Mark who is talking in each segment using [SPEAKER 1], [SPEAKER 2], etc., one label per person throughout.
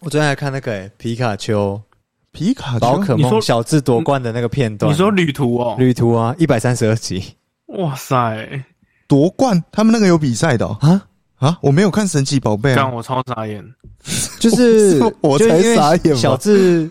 [SPEAKER 1] 我昨天还看那个、欸、皮卡丘、
[SPEAKER 2] 皮卡
[SPEAKER 1] 宝
[SPEAKER 2] 丘
[SPEAKER 1] 可
[SPEAKER 3] 你说
[SPEAKER 1] 梦小智夺冠的那个片段。
[SPEAKER 3] 你说旅途哦？
[SPEAKER 1] 旅途啊，一百三十二集
[SPEAKER 3] 哇塞！
[SPEAKER 2] 夺冠，他们那个有比赛的哦
[SPEAKER 1] 啊，
[SPEAKER 2] 啊！我没有看神奇宝贝
[SPEAKER 3] 让
[SPEAKER 2] 啊，
[SPEAKER 3] 我超傻眼。
[SPEAKER 1] 就是
[SPEAKER 2] 我才
[SPEAKER 1] 就是因为
[SPEAKER 2] 傻眼吧
[SPEAKER 1] 小智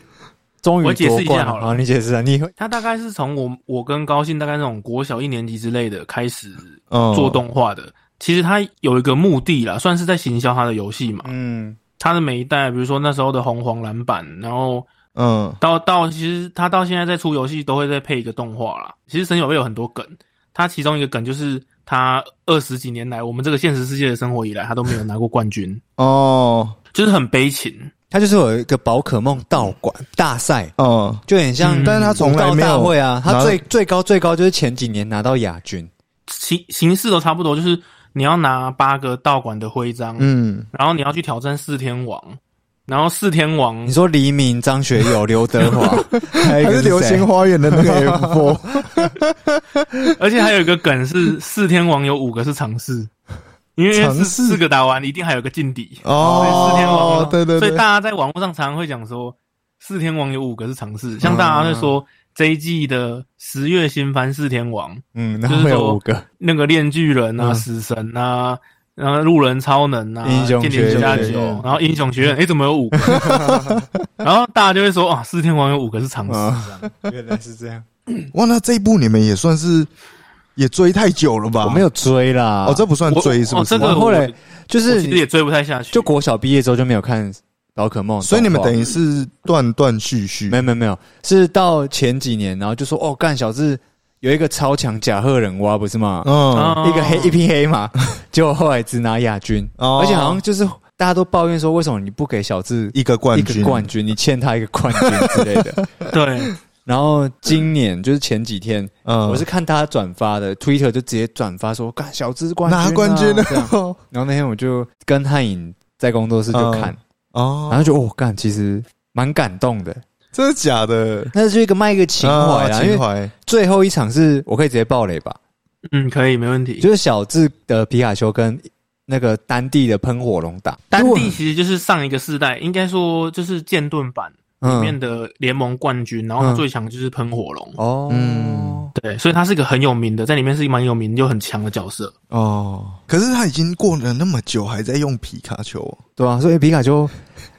[SPEAKER 1] 终于
[SPEAKER 3] 我解
[SPEAKER 1] 夺
[SPEAKER 3] 释一下
[SPEAKER 1] 冠
[SPEAKER 3] 好
[SPEAKER 1] 了。
[SPEAKER 3] 了
[SPEAKER 1] 好，你解释啊，你
[SPEAKER 3] 他大概是从我我跟高兴大概那种国小一年级之类的开始
[SPEAKER 2] 嗯
[SPEAKER 3] 做动画的。其实他有一个目的啦，算是在行销他的游戏嘛。
[SPEAKER 1] 嗯，
[SPEAKER 3] 他的每一代，比如说那时候的红黄蓝版，然后
[SPEAKER 2] 嗯
[SPEAKER 3] 到到其实他到现在在出游戏都会再配一个动画啦。其实神友会有很多梗，他其中一个梗就是他二十几年来我们这个现实世界的生活以来，他都没有拿过冠军，
[SPEAKER 2] 哦
[SPEAKER 3] 就是很悲情。
[SPEAKER 1] 他就是有一个宝可梦道馆大赛，
[SPEAKER 2] 嗯，
[SPEAKER 1] 就很像
[SPEAKER 3] 嗯
[SPEAKER 1] 武
[SPEAKER 2] 但是他从来
[SPEAKER 1] 道
[SPEAKER 2] 没
[SPEAKER 1] 大
[SPEAKER 2] 有
[SPEAKER 1] 会啊，
[SPEAKER 2] 拿
[SPEAKER 1] 他最最高最高就是前几年拿到亚军，
[SPEAKER 3] 形形式都差不多，就是你要拿八个道馆的徽章，
[SPEAKER 2] 嗯
[SPEAKER 3] 然后你要去挑战四天王，然后四天王
[SPEAKER 1] 你说黎明、张学友、刘德 华，还有
[SPEAKER 2] 还
[SPEAKER 1] 一个
[SPEAKER 2] 是流
[SPEAKER 1] 谁
[SPEAKER 2] 星花园的那个 F Four，
[SPEAKER 3] 而且还有一个梗是四天王有五个是尝试，因为
[SPEAKER 2] 尝试
[SPEAKER 3] 四四个打完一定还有个劲敌，
[SPEAKER 2] 哦
[SPEAKER 3] 所以四天王嘛
[SPEAKER 2] 对对对
[SPEAKER 3] 所以大家在网络上常常会讲说四天王有五个是尝试，像大
[SPEAKER 2] 嗯
[SPEAKER 3] 家会说、这一季的十月新番四天王，
[SPEAKER 1] 嗯，然后会有五个
[SPEAKER 3] 那个炼巨人啊、
[SPEAKER 1] 嗯
[SPEAKER 3] 死神啊。然后路人超能啊，
[SPEAKER 1] 英雄
[SPEAKER 3] 间
[SPEAKER 1] 学
[SPEAKER 3] 谍
[SPEAKER 1] 院
[SPEAKER 3] 加九，
[SPEAKER 2] 嗯
[SPEAKER 3] 然后英雄学院，哎，怎么有 五个？然后大家就会说啊，四天王有五个是尝
[SPEAKER 1] 嗯
[SPEAKER 3] 试，这样
[SPEAKER 2] 嗯
[SPEAKER 1] 原来是这样，
[SPEAKER 2] 啊哇，那这一部你们也算是也追太久了吧？
[SPEAKER 1] 我没
[SPEAKER 2] 有
[SPEAKER 1] 有追啦，
[SPEAKER 2] 哦，这不算
[SPEAKER 3] 我
[SPEAKER 2] 追是
[SPEAKER 3] 哦
[SPEAKER 2] 不是？
[SPEAKER 3] 这个
[SPEAKER 1] 我后来
[SPEAKER 3] 我
[SPEAKER 1] 就
[SPEAKER 3] 我
[SPEAKER 1] 是
[SPEAKER 3] 其实也追不太下去，
[SPEAKER 1] 就国小毕业之后就没有看宝可梦，
[SPEAKER 2] 所以你们
[SPEAKER 1] 动画
[SPEAKER 2] 等于是断断续续
[SPEAKER 1] 没有没有没有，是到前几年，然后就说哦，干小智有一个超强甲贺忍蛙不是吗？
[SPEAKER 2] 嗯
[SPEAKER 3] 哦
[SPEAKER 1] 一个黑一匹黑马， 结果后来只拿亚军，
[SPEAKER 2] 哦
[SPEAKER 1] 而且好像就是大家都抱怨说，为什么你不给小智
[SPEAKER 2] 一个冠
[SPEAKER 1] 一
[SPEAKER 2] 军
[SPEAKER 1] 个冠军，你欠他一个冠军之类 的。
[SPEAKER 3] 对，
[SPEAKER 1] 然后今年就是前几天，
[SPEAKER 2] 嗯
[SPEAKER 1] 我是看他转发的，Twitter 就直接转发说，干小智冠军、啊、
[SPEAKER 2] 拿冠军
[SPEAKER 1] 这样
[SPEAKER 2] 了
[SPEAKER 1] 然后那天我就跟汉影在工作室就看，然
[SPEAKER 2] 哦，
[SPEAKER 1] 后就哦干，其实蛮感动的。
[SPEAKER 2] 真的假的？
[SPEAKER 1] 那是一个卖一个情怀
[SPEAKER 2] 啊
[SPEAKER 1] 啦，因
[SPEAKER 2] 情
[SPEAKER 1] 为
[SPEAKER 2] 怀
[SPEAKER 1] 最后一场是我可以直接爆雷吧，
[SPEAKER 3] 嗯，可以，没问题。
[SPEAKER 1] 就是小智的皮卡丘跟那个丹地的喷火龙打，
[SPEAKER 3] 丹
[SPEAKER 1] 如果
[SPEAKER 3] 帝其实就是上一个世代，应该说就是剑盾版里面
[SPEAKER 1] 嗯
[SPEAKER 3] 的联盟冠军，然后他
[SPEAKER 1] 嗯
[SPEAKER 3] 最强就是喷火龙，
[SPEAKER 1] 哦
[SPEAKER 2] 嗯
[SPEAKER 1] 嗯，
[SPEAKER 3] 对，所以他是一个很有名的，在里面是一个蛮有名又很强的角色。
[SPEAKER 2] 哦，可是他已经过了那么久，还在用皮卡丘哦，
[SPEAKER 1] 对啊，所以皮卡丘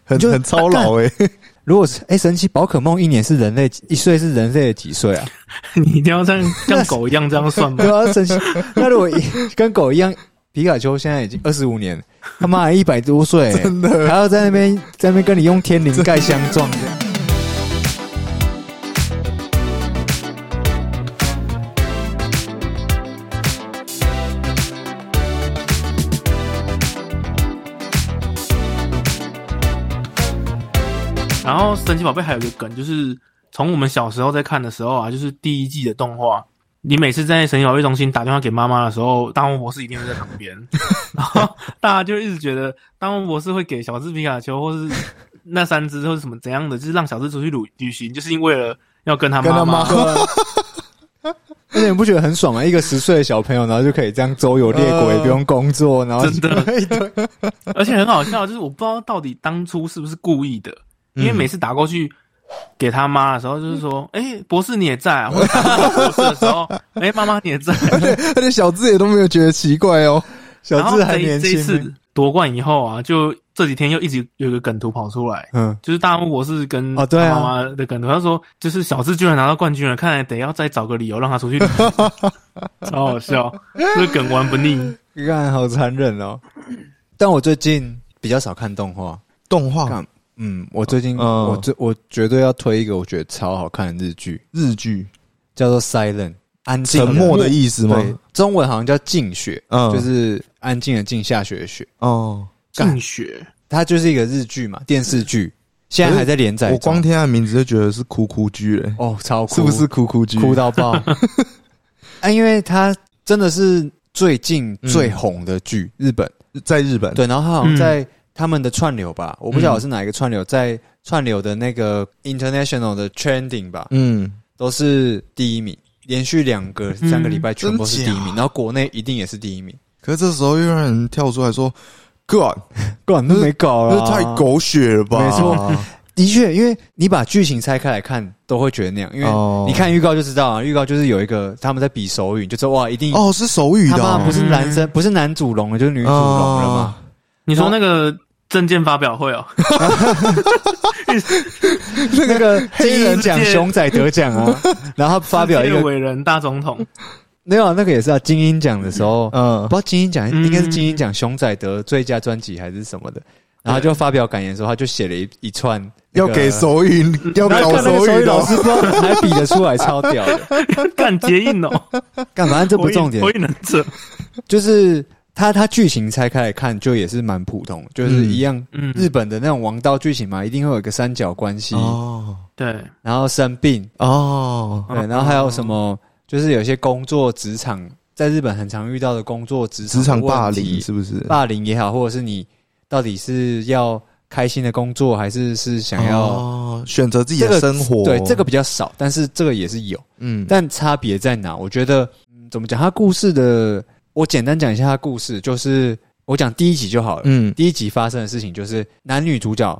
[SPEAKER 2] 很
[SPEAKER 1] 就啊
[SPEAKER 2] 很操劳哎。
[SPEAKER 1] 如果是哎、神奇宝可梦一年是人类几一岁是人类的几岁啊？
[SPEAKER 3] 你一定要像像狗一样这样算吗
[SPEAKER 1] 对？啊，神奇那如果一跟狗一样，皮卡丘现在已经二十五年，他妈一百多岁、真的还要在那边在那边跟你用天灵盖相撞的。
[SPEAKER 3] 然后神奇宝贝还有一个梗，就是从我们小时候在看的时候啊，就是第一季的动画。你每次在神奇宝贝中心打电话给妈妈的时候，大风博士一定会在旁边， 然后大家就一直觉得大风博士会给小智皮卡丘或是那三只或是什么怎样的，就是让小智出去旅旅行，就是因为了要跟他
[SPEAKER 2] 跟
[SPEAKER 3] 妈
[SPEAKER 2] 他
[SPEAKER 3] 妈
[SPEAKER 2] 妈。
[SPEAKER 1] 对啊 而且你不觉得很爽吗？一个十岁的小朋友，然后就可以这样周游列国，
[SPEAKER 2] 呃
[SPEAKER 1] 也不用工作，然后
[SPEAKER 3] 真的
[SPEAKER 1] 一堆
[SPEAKER 3] 而且很好笑，就是我不知道到底当初是不是故意的，因
[SPEAKER 1] 嗯
[SPEAKER 3] 为每次打过去给他妈的时候，就是说，哎、博士你也在啊，或者打到博士的时候，哎、妈妈你也 在，
[SPEAKER 2] 而且小智也都没有觉得奇怪哦。
[SPEAKER 1] 小
[SPEAKER 3] 然后
[SPEAKER 1] 智还
[SPEAKER 3] 这一
[SPEAKER 1] 年
[SPEAKER 3] 这一
[SPEAKER 1] 轻呢。
[SPEAKER 3] 次夺冠以后啊，就这几天又一直有一个梗图跑出来，
[SPEAKER 1] 嗯，
[SPEAKER 3] 就是大木博士跟
[SPEAKER 1] 哦对啊
[SPEAKER 3] 他妈妈的梗图，他说就是小智居然拿到冠军了，看来得要再找个理由让他出去旅行， 超好笑，这个梗玩不腻。
[SPEAKER 1] 你看好残忍哦。但我最近比较少看动画，
[SPEAKER 2] 动画
[SPEAKER 1] 干嗯，我最近、
[SPEAKER 2] 嗯
[SPEAKER 1] 我最我绝对要推一个我觉得超好看的日剧，
[SPEAKER 2] 日剧
[SPEAKER 1] 叫做《Silent》，安
[SPEAKER 2] 《
[SPEAKER 1] 静的
[SPEAKER 2] 沉默的意思》吗？
[SPEAKER 1] 对，中文好像叫《静雪》，
[SPEAKER 2] 嗯
[SPEAKER 1] 就是安静的静，下雪的雪。
[SPEAKER 2] 哦，
[SPEAKER 1] 干
[SPEAKER 3] 进学，
[SPEAKER 1] 它就是一个日剧嘛，电视剧，现在还在连载中。
[SPEAKER 2] 我光听他的名字就觉得是哭哭剧嘞，
[SPEAKER 1] 哦，超酷
[SPEAKER 2] 是不是哭哭剧？
[SPEAKER 1] 哭到爆？ 啊，因为它真的是最近
[SPEAKER 2] 嗯
[SPEAKER 1] 最红的剧，日本
[SPEAKER 2] 在日本，
[SPEAKER 1] 对，然后它好像
[SPEAKER 3] 嗯
[SPEAKER 1] 在他们的串流吧，我不晓得是哪一个串流，在串流的那个 international 的 trending 吧，
[SPEAKER 2] 嗯，
[SPEAKER 1] 都是第一名，连续两个
[SPEAKER 3] 嗯
[SPEAKER 1] 三个礼拜全部都是第一
[SPEAKER 2] 真
[SPEAKER 1] 名，
[SPEAKER 2] 假
[SPEAKER 1] 然后国内一定也是第一名。
[SPEAKER 2] 可是这时候又让人跳出来说， God，
[SPEAKER 1] 干都没搞
[SPEAKER 2] 那
[SPEAKER 1] 了，
[SPEAKER 2] 太。狗血了吧？
[SPEAKER 1] 啊
[SPEAKER 2] 哦
[SPEAKER 1] 没错，的确，因为你把剧情拆开来看，都会觉得那样，因
[SPEAKER 2] 哦
[SPEAKER 1] 为你看预告就知道啊，预告就是有一个他们在比手语，你就知道哇，一定
[SPEAKER 2] 哦，是手语
[SPEAKER 1] 他
[SPEAKER 2] 的
[SPEAKER 1] 妈
[SPEAKER 2] 哦
[SPEAKER 1] 不是男生，不是男主龙了，就是女主龙了嘛。
[SPEAKER 3] 你说那个证件发表会哦，
[SPEAKER 1] 那个金人奖熊 仔得奖啊，然后他发表一
[SPEAKER 3] 世界
[SPEAKER 1] 个
[SPEAKER 3] 伟人大总统，
[SPEAKER 1] 没有啊，那个也是啊，金鹰奖的时 候，
[SPEAKER 2] 嗯
[SPEAKER 1] 不知道金鹰奖
[SPEAKER 3] 嗯
[SPEAKER 1] 应该是金鹰奖熊仔得最佳专辑还是什
[SPEAKER 2] 嗯
[SPEAKER 1] 么的，然后他就发表感言的时候，他就写了一一串那
[SPEAKER 2] 要
[SPEAKER 1] 个
[SPEAKER 2] 给手 语，要
[SPEAKER 1] 然
[SPEAKER 2] 搞
[SPEAKER 1] 后看那个
[SPEAKER 2] 手
[SPEAKER 1] 手
[SPEAKER 2] 语
[SPEAKER 1] 语
[SPEAKER 2] 的
[SPEAKER 1] 老
[SPEAKER 2] 哦，
[SPEAKER 1] 师不知道还比得出来，超屌 的。
[SPEAKER 3] 干结印哦，
[SPEAKER 1] 干嘛？这不
[SPEAKER 3] 火影
[SPEAKER 1] 重点
[SPEAKER 3] 火，影忍者，
[SPEAKER 1] 就是他他剧情拆开来看，就也是蛮普通，就是一样。
[SPEAKER 3] 嗯，
[SPEAKER 1] 日本的那种王道剧情嘛，一定会有一个三角关系，
[SPEAKER 2] 哦
[SPEAKER 3] 对，
[SPEAKER 1] 然后生病，
[SPEAKER 2] 哦，
[SPEAKER 1] 对，然后还有什么？就是有些工作职场，在日本很常遇到的工作职
[SPEAKER 2] 职场
[SPEAKER 1] 场
[SPEAKER 2] 霸
[SPEAKER 1] 问题
[SPEAKER 2] 凌是不是？
[SPEAKER 1] 霸凌也好，或者是你到底是要开心的工作，还是是想要
[SPEAKER 2] 哦选择自己
[SPEAKER 1] 这个
[SPEAKER 2] 的生活，
[SPEAKER 1] 对这个比较少，但是这个也是有，
[SPEAKER 2] 嗯，
[SPEAKER 1] 但差别在哪？我觉得、嗯怎么讲？他故事的，我简单讲一下他故事，就是我讲第一集就好了。
[SPEAKER 2] 嗯
[SPEAKER 1] 第一集发生的事情就是男女主角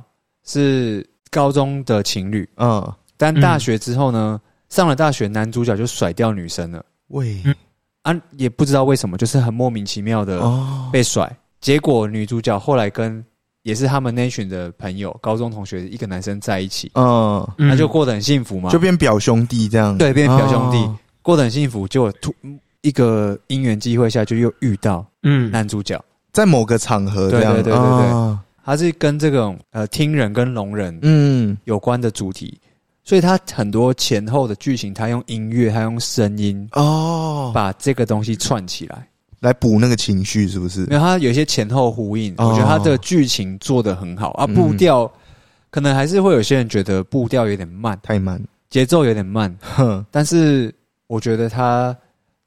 [SPEAKER 1] 是高中的情侣，
[SPEAKER 2] 嗯，
[SPEAKER 1] 但大学之后呢，上了大学，男主角就甩掉女生了。
[SPEAKER 2] 喂
[SPEAKER 3] 嗯
[SPEAKER 1] 啊，也不知道为什么，就是很莫名其妙的
[SPEAKER 2] 哦，
[SPEAKER 1] 被甩。结果女主角后来跟也是他们那群的朋友、高中同学一个男生在一起，
[SPEAKER 2] 嗯，
[SPEAKER 1] 那、
[SPEAKER 3] 嗯
[SPEAKER 1] 就过得很幸福嘛，
[SPEAKER 2] 就变表兄弟这样，
[SPEAKER 1] 对变表兄弟
[SPEAKER 2] 哦
[SPEAKER 1] 过得很幸福。结果突一个因缘机会下，就又遇到
[SPEAKER 3] 嗯，
[SPEAKER 1] 男主角，
[SPEAKER 2] 在某个场合这样，
[SPEAKER 1] 对对对对对
[SPEAKER 2] 哦
[SPEAKER 1] 他是跟这种呃听人跟聋人
[SPEAKER 2] 嗯，
[SPEAKER 1] 有关的主题，所以他很多前后的剧情，他用音乐，他用声音
[SPEAKER 2] 哦，
[SPEAKER 1] 把这个东西串起来。
[SPEAKER 2] 来补那个情绪是不是？
[SPEAKER 1] 没有，它有一些前后呼应，
[SPEAKER 2] 哦
[SPEAKER 1] 我觉得它的剧情做得很好啊，
[SPEAKER 2] 嗯
[SPEAKER 1] 步调、可能还是会有些人觉得步调有点慢，
[SPEAKER 2] 太慢，
[SPEAKER 1] 节奏有点慢，
[SPEAKER 2] 哼，
[SPEAKER 1] 但是我觉得它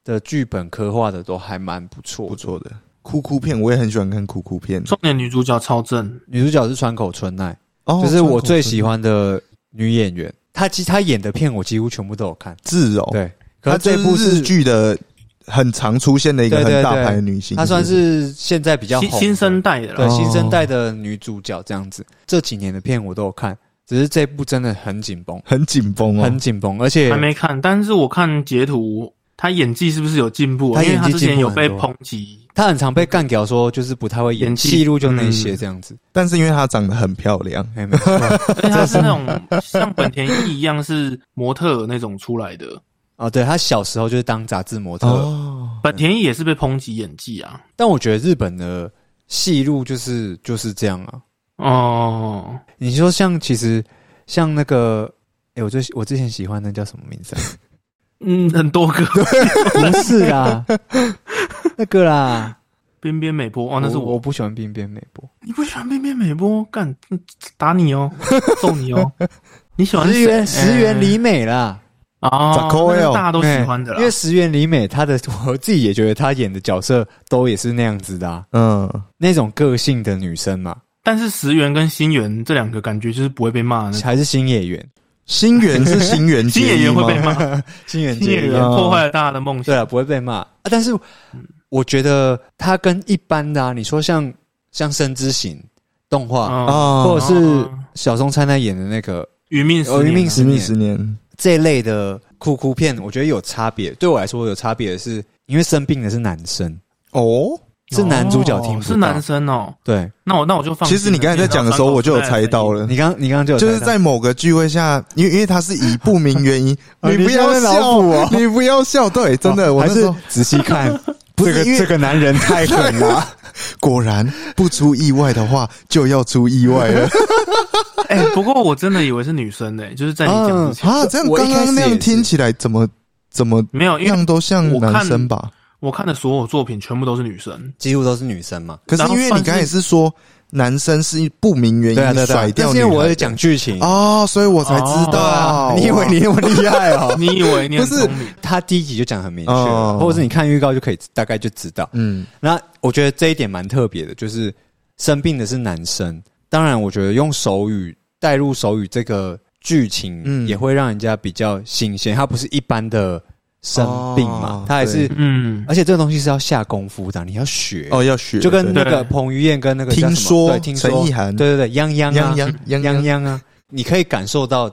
[SPEAKER 1] 的剧本刻画的都还蛮不错
[SPEAKER 2] 不
[SPEAKER 1] 的。
[SPEAKER 2] 错的。哭哭片我也很喜欢看哭哭片，
[SPEAKER 3] 重点女主角超正，
[SPEAKER 1] 女主角是川口春奈，
[SPEAKER 2] 哦
[SPEAKER 1] 就是我最喜欢的女演员。她其实她演的片我几乎全部都有看，
[SPEAKER 2] 自柔，
[SPEAKER 1] 对。可
[SPEAKER 2] 哦她
[SPEAKER 1] 是这
[SPEAKER 2] 这
[SPEAKER 1] 部
[SPEAKER 2] 部
[SPEAKER 1] 是
[SPEAKER 2] 日，剧的很常出现的一
[SPEAKER 1] 对
[SPEAKER 2] 个
[SPEAKER 1] 对
[SPEAKER 2] 很
[SPEAKER 1] 对
[SPEAKER 2] 大牌的女星，
[SPEAKER 1] 她算是现在比较
[SPEAKER 3] 新
[SPEAKER 1] 红的
[SPEAKER 3] 新生代的啦
[SPEAKER 1] 对
[SPEAKER 2] 哦，
[SPEAKER 1] 新生代的女主角这样子。这几年的片我都有看，只是这部真的很紧绷。
[SPEAKER 2] 很紧绷哦
[SPEAKER 1] 很，紧绷，而且
[SPEAKER 3] 还没看，但是我看截图，她演技是不是有进步啊？
[SPEAKER 1] 她
[SPEAKER 3] 因为
[SPEAKER 1] 演技
[SPEAKER 3] 她之前
[SPEAKER 1] 进步
[SPEAKER 3] 有
[SPEAKER 1] 很
[SPEAKER 3] 被
[SPEAKER 1] 多
[SPEAKER 3] 抨击，
[SPEAKER 1] 他很常被干掉，说就是不太会演
[SPEAKER 3] 演技
[SPEAKER 1] 戏路就那些这样子。
[SPEAKER 2] 但是因为她长得很漂亮，
[SPEAKER 1] 哎，没错
[SPEAKER 3] 而且她是那种像本田翼一样是模特儿那种出来的，
[SPEAKER 1] 哦，对他小时候就是当杂志模特，
[SPEAKER 2] 哦，
[SPEAKER 3] 本田翼也是被抨击演技啊。
[SPEAKER 1] 但我觉得日本的戏路就是就是这样啊。
[SPEAKER 3] 哦，
[SPEAKER 1] 你说像其实像那个，哎，我最我之前喜欢的叫什么名字啊？
[SPEAKER 3] 嗯，很多个
[SPEAKER 1] 不是 啦，那个啦，
[SPEAKER 3] 边边美波哦，那是
[SPEAKER 1] 我
[SPEAKER 3] 我，
[SPEAKER 1] 不喜欢冰边美波，
[SPEAKER 3] 你不喜欢边边美波，干打你哦，揍你哦。你喜欢
[SPEAKER 1] 石原
[SPEAKER 3] 谁
[SPEAKER 1] 石原里美啦，
[SPEAKER 3] 哎哦，
[SPEAKER 2] 咋扣
[SPEAKER 3] 那
[SPEAKER 2] 哎
[SPEAKER 3] 是
[SPEAKER 2] 哦
[SPEAKER 3] 大哎家都喜欢的
[SPEAKER 1] 因为
[SPEAKER 3] 啦。
[SPEAKER 1] 石原里美她的我自己也觉得她演的角色都也是那样子的、啊，
[SPEAKER 2] 嗯，
[SPEAKER 1] 那种个性的女生嘛，
[SPEAKER 3] 但是石原跟新原这两个感觉就是不会被骂的，
[SPEAKER 1] 还是新演员。
[SPEAKER 2] 新垣是新垣
[SPEAKER 3] 新演
[SPEAKER 2] 结衣
[SPEAKER 3] 员会
[SPEAKER 2] 吗
[SPEAKER 3] 被骂，
[SPEAKER 1] 新垣
[SPEAKER 3] 新
[SPEAKER 1] 结
[SPEAKER 3] 演
[SPEAKER 1] 衣
[SPEAKER 3] 员
[SPEAKER 1] 啊，
[SPEAKER 2] 哦
[SPEAKER 3] 破坏了大家的梦
[SPEAKER 1] 对
[SPEAKER 3] 想。
[SPEAKER 1] 啊，不会被骂、啊。但是我觉得他跟一般的、啊，你说像像《生之行》动画，
[SPEAKER 3] 啊，
[SPEAKER 2] 啊，
[SPEAKER 1] 或者是
[SPEAKER 3] 哦
[SPEAKER 1] 小松菜奈演的那个
[SPEAKER 3] 余命十年啊
[SPEAKER 1] 哦余命十
[SPEAKER 2] 十年十年，
[SPEAKER 1] 这一类的酷酷片，我觉得有差别。对我来说有差别的是，因为生病的是男生，
[SPEAKER 2] 哦，
[SPEAKER 1] 是男主角听不
[SPEAKER 3] 哦
[SPEAKER 1] 到
[SPEAKER 3] 是男。生哦。
[SPEAKER 1] 对
[SPEAKER 3] 那我那我就放心
[SPEAKER 2] 其
[SPEAKER 3] 了。
[SPEAKER 2] 实你刚才在讲的时候，我就有猜到了。
[SPEAKER 1] 你刚你刚刚就有
[SPEAKER 2] 就是
[SPEAKER 1] 猜到
[SPEAKER 2] 在某个聚会下，因为因为他是以不明原因，
[SPEAKER 1] 啊
[SPEAKER 2] 你不
[SPEAKER 1] 你在那
[SPEAKER 2] 要
[SPEAKER 1] 边
[SPEAKER 2] 笑
[SPEAKER 1] 脑补哦，
[SPEAKER 2] 你不要笑，对，真的，
[SPEAKER 1] 哦
[SPEAKER 2] 我
[SPEAKER 1] 还
[SPEAKER 2] 那时
[SPEAKER 1] 是
[SPEAKER 2] 候
[SPEAKER 1] 仔细 看，
[SPEAKER 2] 不
[SPEAKER 1] 这
[SPEAKER 2] 是
[SPEAKER 1] 个
[SPEAKER 2] 因为
[SPEAKER 1] 这个男人太 狠了。
[SPEAKER 2] 果然不出意外的话，就要出意外了
[SPEAKER 3] 哎，不过我真的以为是女生呢，就是在你讲之前，
[SPEAKER 2] 啊！这样
[SPEAKER 1] 我一
[SPEAKER 2] 刚
[SPEAKER 1] 开始
[SPEAKER 2] 刚那
[SPEAKER 1] 也
[SPEAKER 2] 样
[SPEAKER 1] 是
[SPEAKER 2] 听起来怎么怎么
[SPEAKER 3] 没有，因为
[SPEAKER 2] 样都像
[SPEAKER 3] 我看
[SPEAKER 2] 男生吧？
[SPEAKER 3] 我看的所有作品全部都是女生。
[SPEAKER 1] 几乎都是女生嘛，
[SPEAKER 2] 可是因为
[SPEAKER 3] 然后算
[SPEAKER 2] 你
[SPEAKER 3] 是
[SPEAKER 2] 刚才也是说男生是不明原
[SPEAKER 1] 对啊对
[SPEAKER 2] 因
[SPEAKER 1] 啊对啊
[SPEAKER 2] 甩，
[SPEAKER 1] 但
[SPEAKER 2] 掉
[SPEAKER 1] 是
[SPEAKER 2] 女
[SPEAKER 1] 因为
[SPEAKER 2] 孩
[SPEAKER 1] 我也讲剧情，
[SPEAKER 2] 哦，所以我才知
[SPEAKER 3] 对
[SPEAKER 2] 道。
[SPEAKER 1] 啊你以为你那么厉害哦？
[SPEAKER 3] 你以为你 很
[SPEAKER 2] 不是
[SPEAKER 3] 聪明？
[SPEAKER 1] 他第一集就讲很明确了，
[SPEAKER 2] 哦
[SPEAKER 1] 或者是你看预告就可以大概就知道。
[SPEAKER 2] 嗯
[SPEAKER 1] 那我觉得这一点蛮特别的，就是生病的是男生。当然，我觉得用手语带入手语这个剧情，
[SPEAKER 2] 嗯
[SPEAKER 1] 也会让人家比较新鲜。它不是一般的生病嘛
[SPEAKER 2] 哦，
[SPEAKER 1] 他还是，
[SPEAKER 3] 嗯，
[SPEAKER 1] 而且这个东西是要下功夫的，你要学，
[SPEAKER 2] 哦，要学，
[SPEAKER 1] 就跟那
[SPEAKER 2] 对
[SPEAKER 1] 个彭于晏跟那个叫
[SPEAKER 2] 听
[SPEAKER 1] 什么
[SPEAKER 2] 说
[SPEAKER 1] 对听说
[SPEAKER 2] 陈意涵，
[SPEAKER 1] 对对对，泱泱啊
[SPEAKER 2] 泱泱泱
[SPEAKER 1] 泱
[SPEAKER 2] 泱，
[SPEAKER 1] 泱啊，你可以感受到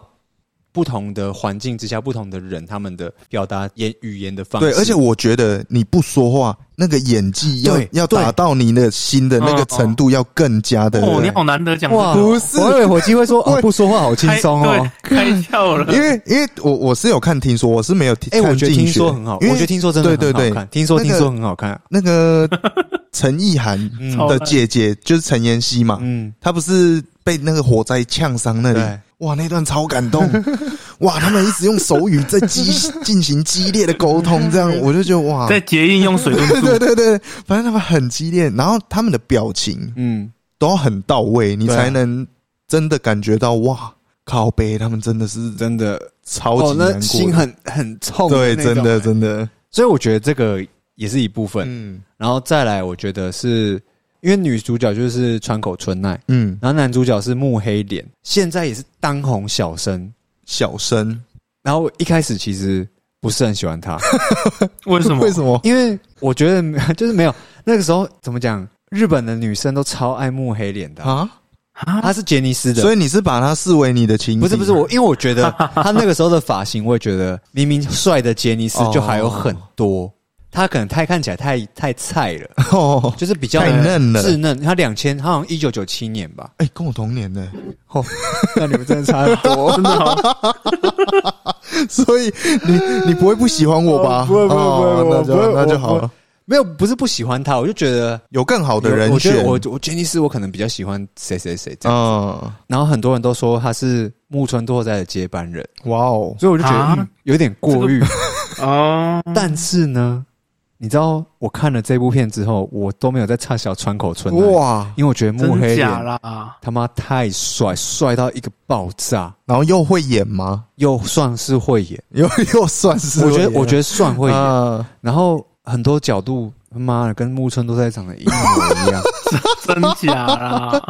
[SPEAKER 1] 不同的环境之下，不同的人他们的表达言语言的方式。
[SPEAKER 2] 对，而且我觉得你不说话，那个演技要
[SPEAKER 1] 对
[SPEAKER 2] 要
[SPEAKER 1] 对
[SPEAKER 2] 达到你的心的那个程度要更加的，
[SPEAKER 3] 哦，你
[SPEAKER 2] 对不对
[SPEAKER 3] 好难得讲这
[SPEAKER 1] 哇，
[SPEAKER 3] 个，
[SPEAKER 2] 不是
[SPEAKER 1] 我以为火鸡会说哦
[SPEAKER 2] 我
[SPEAKER 1] 不说话好轻松哦。
[SPEAKER 3] 开对开 窍了，
[SPEAKER 2] 因为因为我我是有看听说，我是没有听，
[SPEAKER 1] 哎，我觉得
[SPEAKER 2] 看
[SPEAKER 1] 听
[SPEAKER 2] 进学
[SPEAKER 1] 说很好，我
[SPEAKER 2] 因为
[SPEAKER 1] 觉得听说真的
[SPEAKER 2] 对
[SPEAKER 1] 很
[SPEAKER 2] 对
[SPEAKER 1] 好
[SPEAKER 2] 对
[SPEAKER 1] 看，，听说
[SPEAKER 2] 那个
[SPEAKER 1] 听说很好看，
[SPEAKER 2] 那个陈意涵
[SPEAKER 1] 嗯
[SPEAKER 3] 超
[SPEAKER 2] 的姐姐就是陈妍希嘛，
[SPEAKER 1] 嗯，
[SPEAKER 2] 她不是被那个火灾呛伤
[SPEAKER 3] 嗯
[SPEAKER 2] 那里
[SPEAKER 1] 对。
[SPEAKER 2] 哇，那段超感动！哇，他们一直用手语在激 进行激烈的沟通，这样我就觉得哇，
[SPEAKER 3] 在结印用水遁
[SPEAKER 2] 对
[SPEAKER 3] 术，
[SPEAKER 2] 对对，反正他们很激烈，然后他们的表情
[SPEAKER 1] 嗯，
[SPEAKER 2] 都要很到位，你
[SPEAKER 1] 对啊
[SPEAKER 2] 才能真的感觉到哇，靠背他们真的是
[SPEAKER 1] 真的
[SPEAKER 2] 超
[SPEAKER 1] 哦
[SPEAKER 2] 级，难
[SPEAKER 1] 那
[SPEAKER 2] 过，
[SPEAKER 1] 心很很痛，
[SPEAKER 2] 对，真的。真的，
[SPEAKER 1] 所以我觉得这个也是一部分，
[SPEAKER 2] 嗯
[SPEAKER 1] 然后再来，我觉得是因为女主角就是川口春奈，
[SPEAKER 2] 嗯，
[SPEAKER 1] 然后男主角是木黑脸，现在也是当红小生。
[SPEAKER 2] 小声，
[SPEAKER 1] 然后我一开始其实不是很喜欢他，
[SPEAKER 3] 为什么？
[SPEAKER 2] 为什么？
[SPEAKER 1] 因为我觉得没 有就是没有那个时候怎么讲，日本的女生都超爱木黑脸的啊、
[SPEAKER 2] 啊？
[SPEAKER 3] 啊？
[SPEAKER 1] 她是杰尼斯的，
[SPEAKER 2] 所以嗯你是把他视为你的情敌？
[SPEAKER 1] 不是不是我，因为我觉得他那个时候的发型，我也觉得明明帅的杰尼斯就还有很多，他可能太看起来太太菜 了，
[SPEAKER 2] 哦，
[SPEAKER 1] 就是比较
[SPEAKER 2] 太嫩了
[SPEAKER 1] 稚嫩。他两千，他好像一九九七年 吧，
[SPEAKER 2] 哎、跟我同 年的，
[SPEAKER 1] 那你们真的差很多，
[SPEAKER 3] 真的好，
[SPEAKER 2] 所以你你不会不喜欢我吧？
[SPEAKER 1] 哦不会不会
[SPEAKER 2] 哦
[SPEAKER 1] 不会不会
[SPEAKER 2] 那就
[SPEAKER 1] 我
[SPEAKER 2] 那就
[SPEAKER 1] 我
[SPEAKER 2] 好了。
[SPEAKER 1] 没有不是不喜欢他，我就觉得。
[SPEAKER 2] 有更好的人
[SPEAKER 1] 我觉
[SPEAKER 2] 选，
[SPEAKER 1] 得我我杰尼斯我可能比较喜欢谁谁谁这样，
[SPEAKER 2] 嗯，
[SPEAKER 1] 然后很多人都说他是木村拓哉的接班人，
[SPEAKER 2] 哇哦，
[SPEAKER 1] 所以我就觉得、
[SPEAKER 3] 啊
[SPEAKER 1] 嗯有点过誉。
[SPEAKER 3] 哦，
[SPEAKER 1] 但是呢，你知道我看了这部片之后，我都没有在差小川口春奈，
[SPEAKER 2] 哇，
[SPEAKER 1] 因为我觉得木黑
[SPEAKER 3] 真假
[SPEAKER 1] 脸
[SPEAKER 3] 啦？
[SPEAKER 1] 他妈太帅，帅到一个爆炸，
[SPEAKER 2] 然后又会演吗？
[SPEAKER 1] 又算是会演，
[SPEAKER 2] 又又算是
[SPEAKER 1] 我觉得
[SPEAKER 2] 会演
[SPEAKER 1] 我觉得算会演，
[SPEAKER 2] 啊
[SPEAKER 1] 然后很多角度。他妈的，跟木村都在长得一模 一样，
[SPEAKER 3] 真假 啦？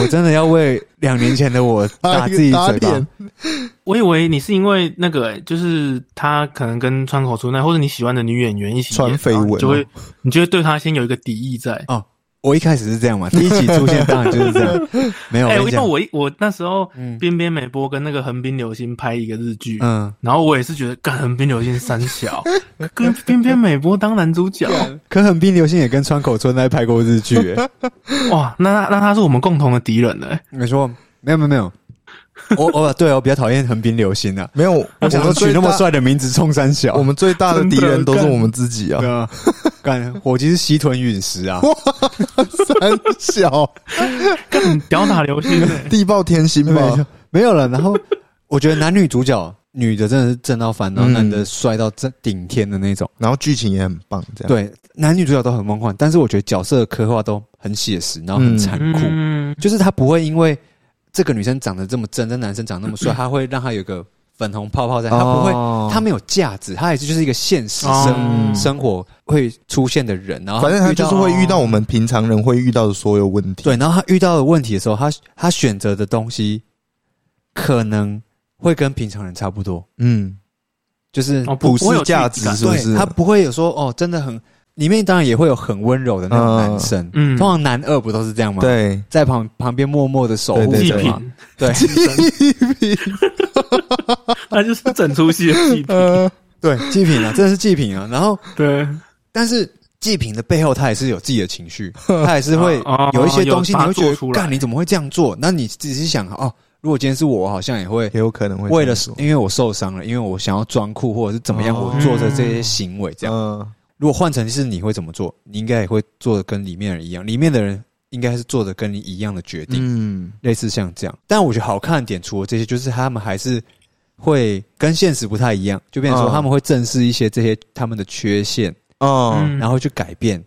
[SPEAKER 1] 我真的要为两年前的我打自己
[SPEAKER 2] 打
[SPEAKER 1] 嘴巴
[SPEAKER 2] 脸。
[SPEAKER 3] 我以为你是因为那个、欸就是他可能跟川口春奈或者你喜欢的女演员一起
[SPEAKER 2] 传
[SPEAKER 3] 演
[SPEAKER 2] 绯闻
[SPEAKER 1] 哦
[SPEAKER 3] 然后你就会你就会对他先有一个敌意在。
[SPEAKER 1] 我一开始是这样嘛，第一集出现当然就是这 样，没有。
[SPEAKER 3] 哎、
[SPEAKER 1] 我跟你
[SPEAKER 3] 因为
[SPEAKER 1] 讲，
[SPEAKER 3] 我一我那时候
[SPEAKER 1] 嗯
[SPEAKER 3] 边边美波跟那个横滨流星拍一个日剧，
[SPEAKER 1] 嗯，
[SPEAKER 3] 然后我也是觉得干横滨流星三 小跟边边美波当男主角，
[SPEAKER 1] 可横滨流星也跟川口春奈拍过日 剧、欸，
[SPEAKER 3] 哇，那那那他是我们共同的敌人呢、欸
[SPEAKER 1] 没错，没有没有没有，我我 对我比较讨厌横滨流星啊，
[SPEAKER 2] 没有，
[SPEAKER 1] 我想说
[SPEAKER 2] 们
[SPEAKER 1] 取那么
[SPEAKER 2] 最大，
[SPEAKER 1] 帅的啊名字冲三小，
[SPEAKER 2] 我们最大的敌人都是
[SPEAKER 3] 真的
[SPEAKER 2] 我们自己啊
[SPEAKER 1] 对！啊，干火鸡是西屯陨石啊，
[SPEAKER 2] 三小
[SPEAKER 3] 干屌打流星、欸
[SPEAKER 2] 地爆天星
[SPEAKER 1] 没
[SPEAKER 2] 吧
[SPEAKER 1] 有，没有了。然后我觉得男女主角，女的真的是正到烦，然后
[SPEAKER 2] 嗯
[SPEAKER 1] 男的帅到真顶天的那种。
[SPEAKER 2] 然后剧情也很棒，这样，
[SPEAKER 1] 对，男女主角都很梦幻，但是我觉得角色的刻画都很写实，然后很残酷，
[SPEAKER 3] 嗯，
[SPEAKER 1] 就是他不会因为这个女生长得这么正，这男生长得那么 帅，他会让他有个粉红泡泡在，他不会
[SPEAKER 2] 哦
[SPEAKER 1] 他没有价值，他也是就是一个现实生、
[SPEAKER 3] 哦
[SPEAKER 1] 生活会出现的人，然后
[SPEAKER 2] 反正他就是
[SPEAKER 1] 遇到
[SPEAKER 2] 会遇到我们平常人会遇到的所有问题。
[SPEAKER 1] 对，然后他遇到的问题的时候，他他选择的东西可能会跟平常人差不多，
[SPEAKER 2] 嗯，
[SPEAKER 1] 就是、
[SPEAKER 3] 哦不
[SPEAKER 2] 普
[SPEAKER 3] 不会有
[SPEAKER 2] 世价
[SPEAKER 3] 距
[SPEAKER 2] 值
[SPEAKER 3] 离感
[SPEAKER 2] 是不是？
[SPEAKER 1] 对他不会有说哦，真的很里面当然也会有很温柔的那种男生，
[SPEAKER 3] 嗯
[SPEAKER 1] 通常男二不都是这样吗？，
[SPEAKER 2] 对，
[SPEAKER 1] 在旁旁边默默的守护
[SPEAKER 2] 对
[SPEAKER 3] 祭
[SPEAKER 1] 着
[SPEAKER 2] 对
[SPEAKER 1] 嘛，
[SPEAKER 3] 品，
[SPEAKER 1] 对
[SPEAKER 3] 那就是整出戏的祭品，
[SPEAKER 2] 呃，
[SPEAKER 1] 对，祭品啊，真的是祭品啊，然后
[SPEAKER 3] 对。
[SPEAKER 1] 但是祭品的背后，他也是有自己的情绪，他也是会
[SPEAKER 3] 哦
[SPEAKER 1] 有一些东西，
[SPEAKER 3] 有
[SPEAKER 1] 你
[SPEAKER 3] 把它
[SPEAKER 1] 会觉
[SPEAKER 3] 做
[SPEAKER 1] 得，
[SPEAKER 3] 出来
[SPEAKER 1] 干你怎么会这样做？那你仔细想哦，如果今天是我，我好像也会
[SPEAKER 2] 也有可能会
[SPEAKER 1] 为了
[SPEAKER 2] 这样
[SPEAKER 1] 因为我受伤了，因为我想要装酷或者是怎么样，
[SPEAKER 2] 哦
[SPEAKER 1] 我做的这些行为这
[SPEAKER 2] 做
[SPEAKER 1] 样。
[SPEAKER 2] 嗯
[SPEAKER 1] 如果换成是你会怎么做？你应该也会做的跟里面人一样，里面的人应该是做的跟你一样的决定，
[SPEAKER 2] 嗯，
[SPEAKER 1] 类似像这样。但我觉得好看的点，除了这些，就是他们还是。会跟现实不太一样，就变成说
[SPEAKER 2] 嗯
[SPEAKER 1] 他们会正视一些这些他们的缺陷，
[SPEAKER 2] 哦，
[SPEAKER 3] 嗯
[SPEAKER 1] 然后去改变。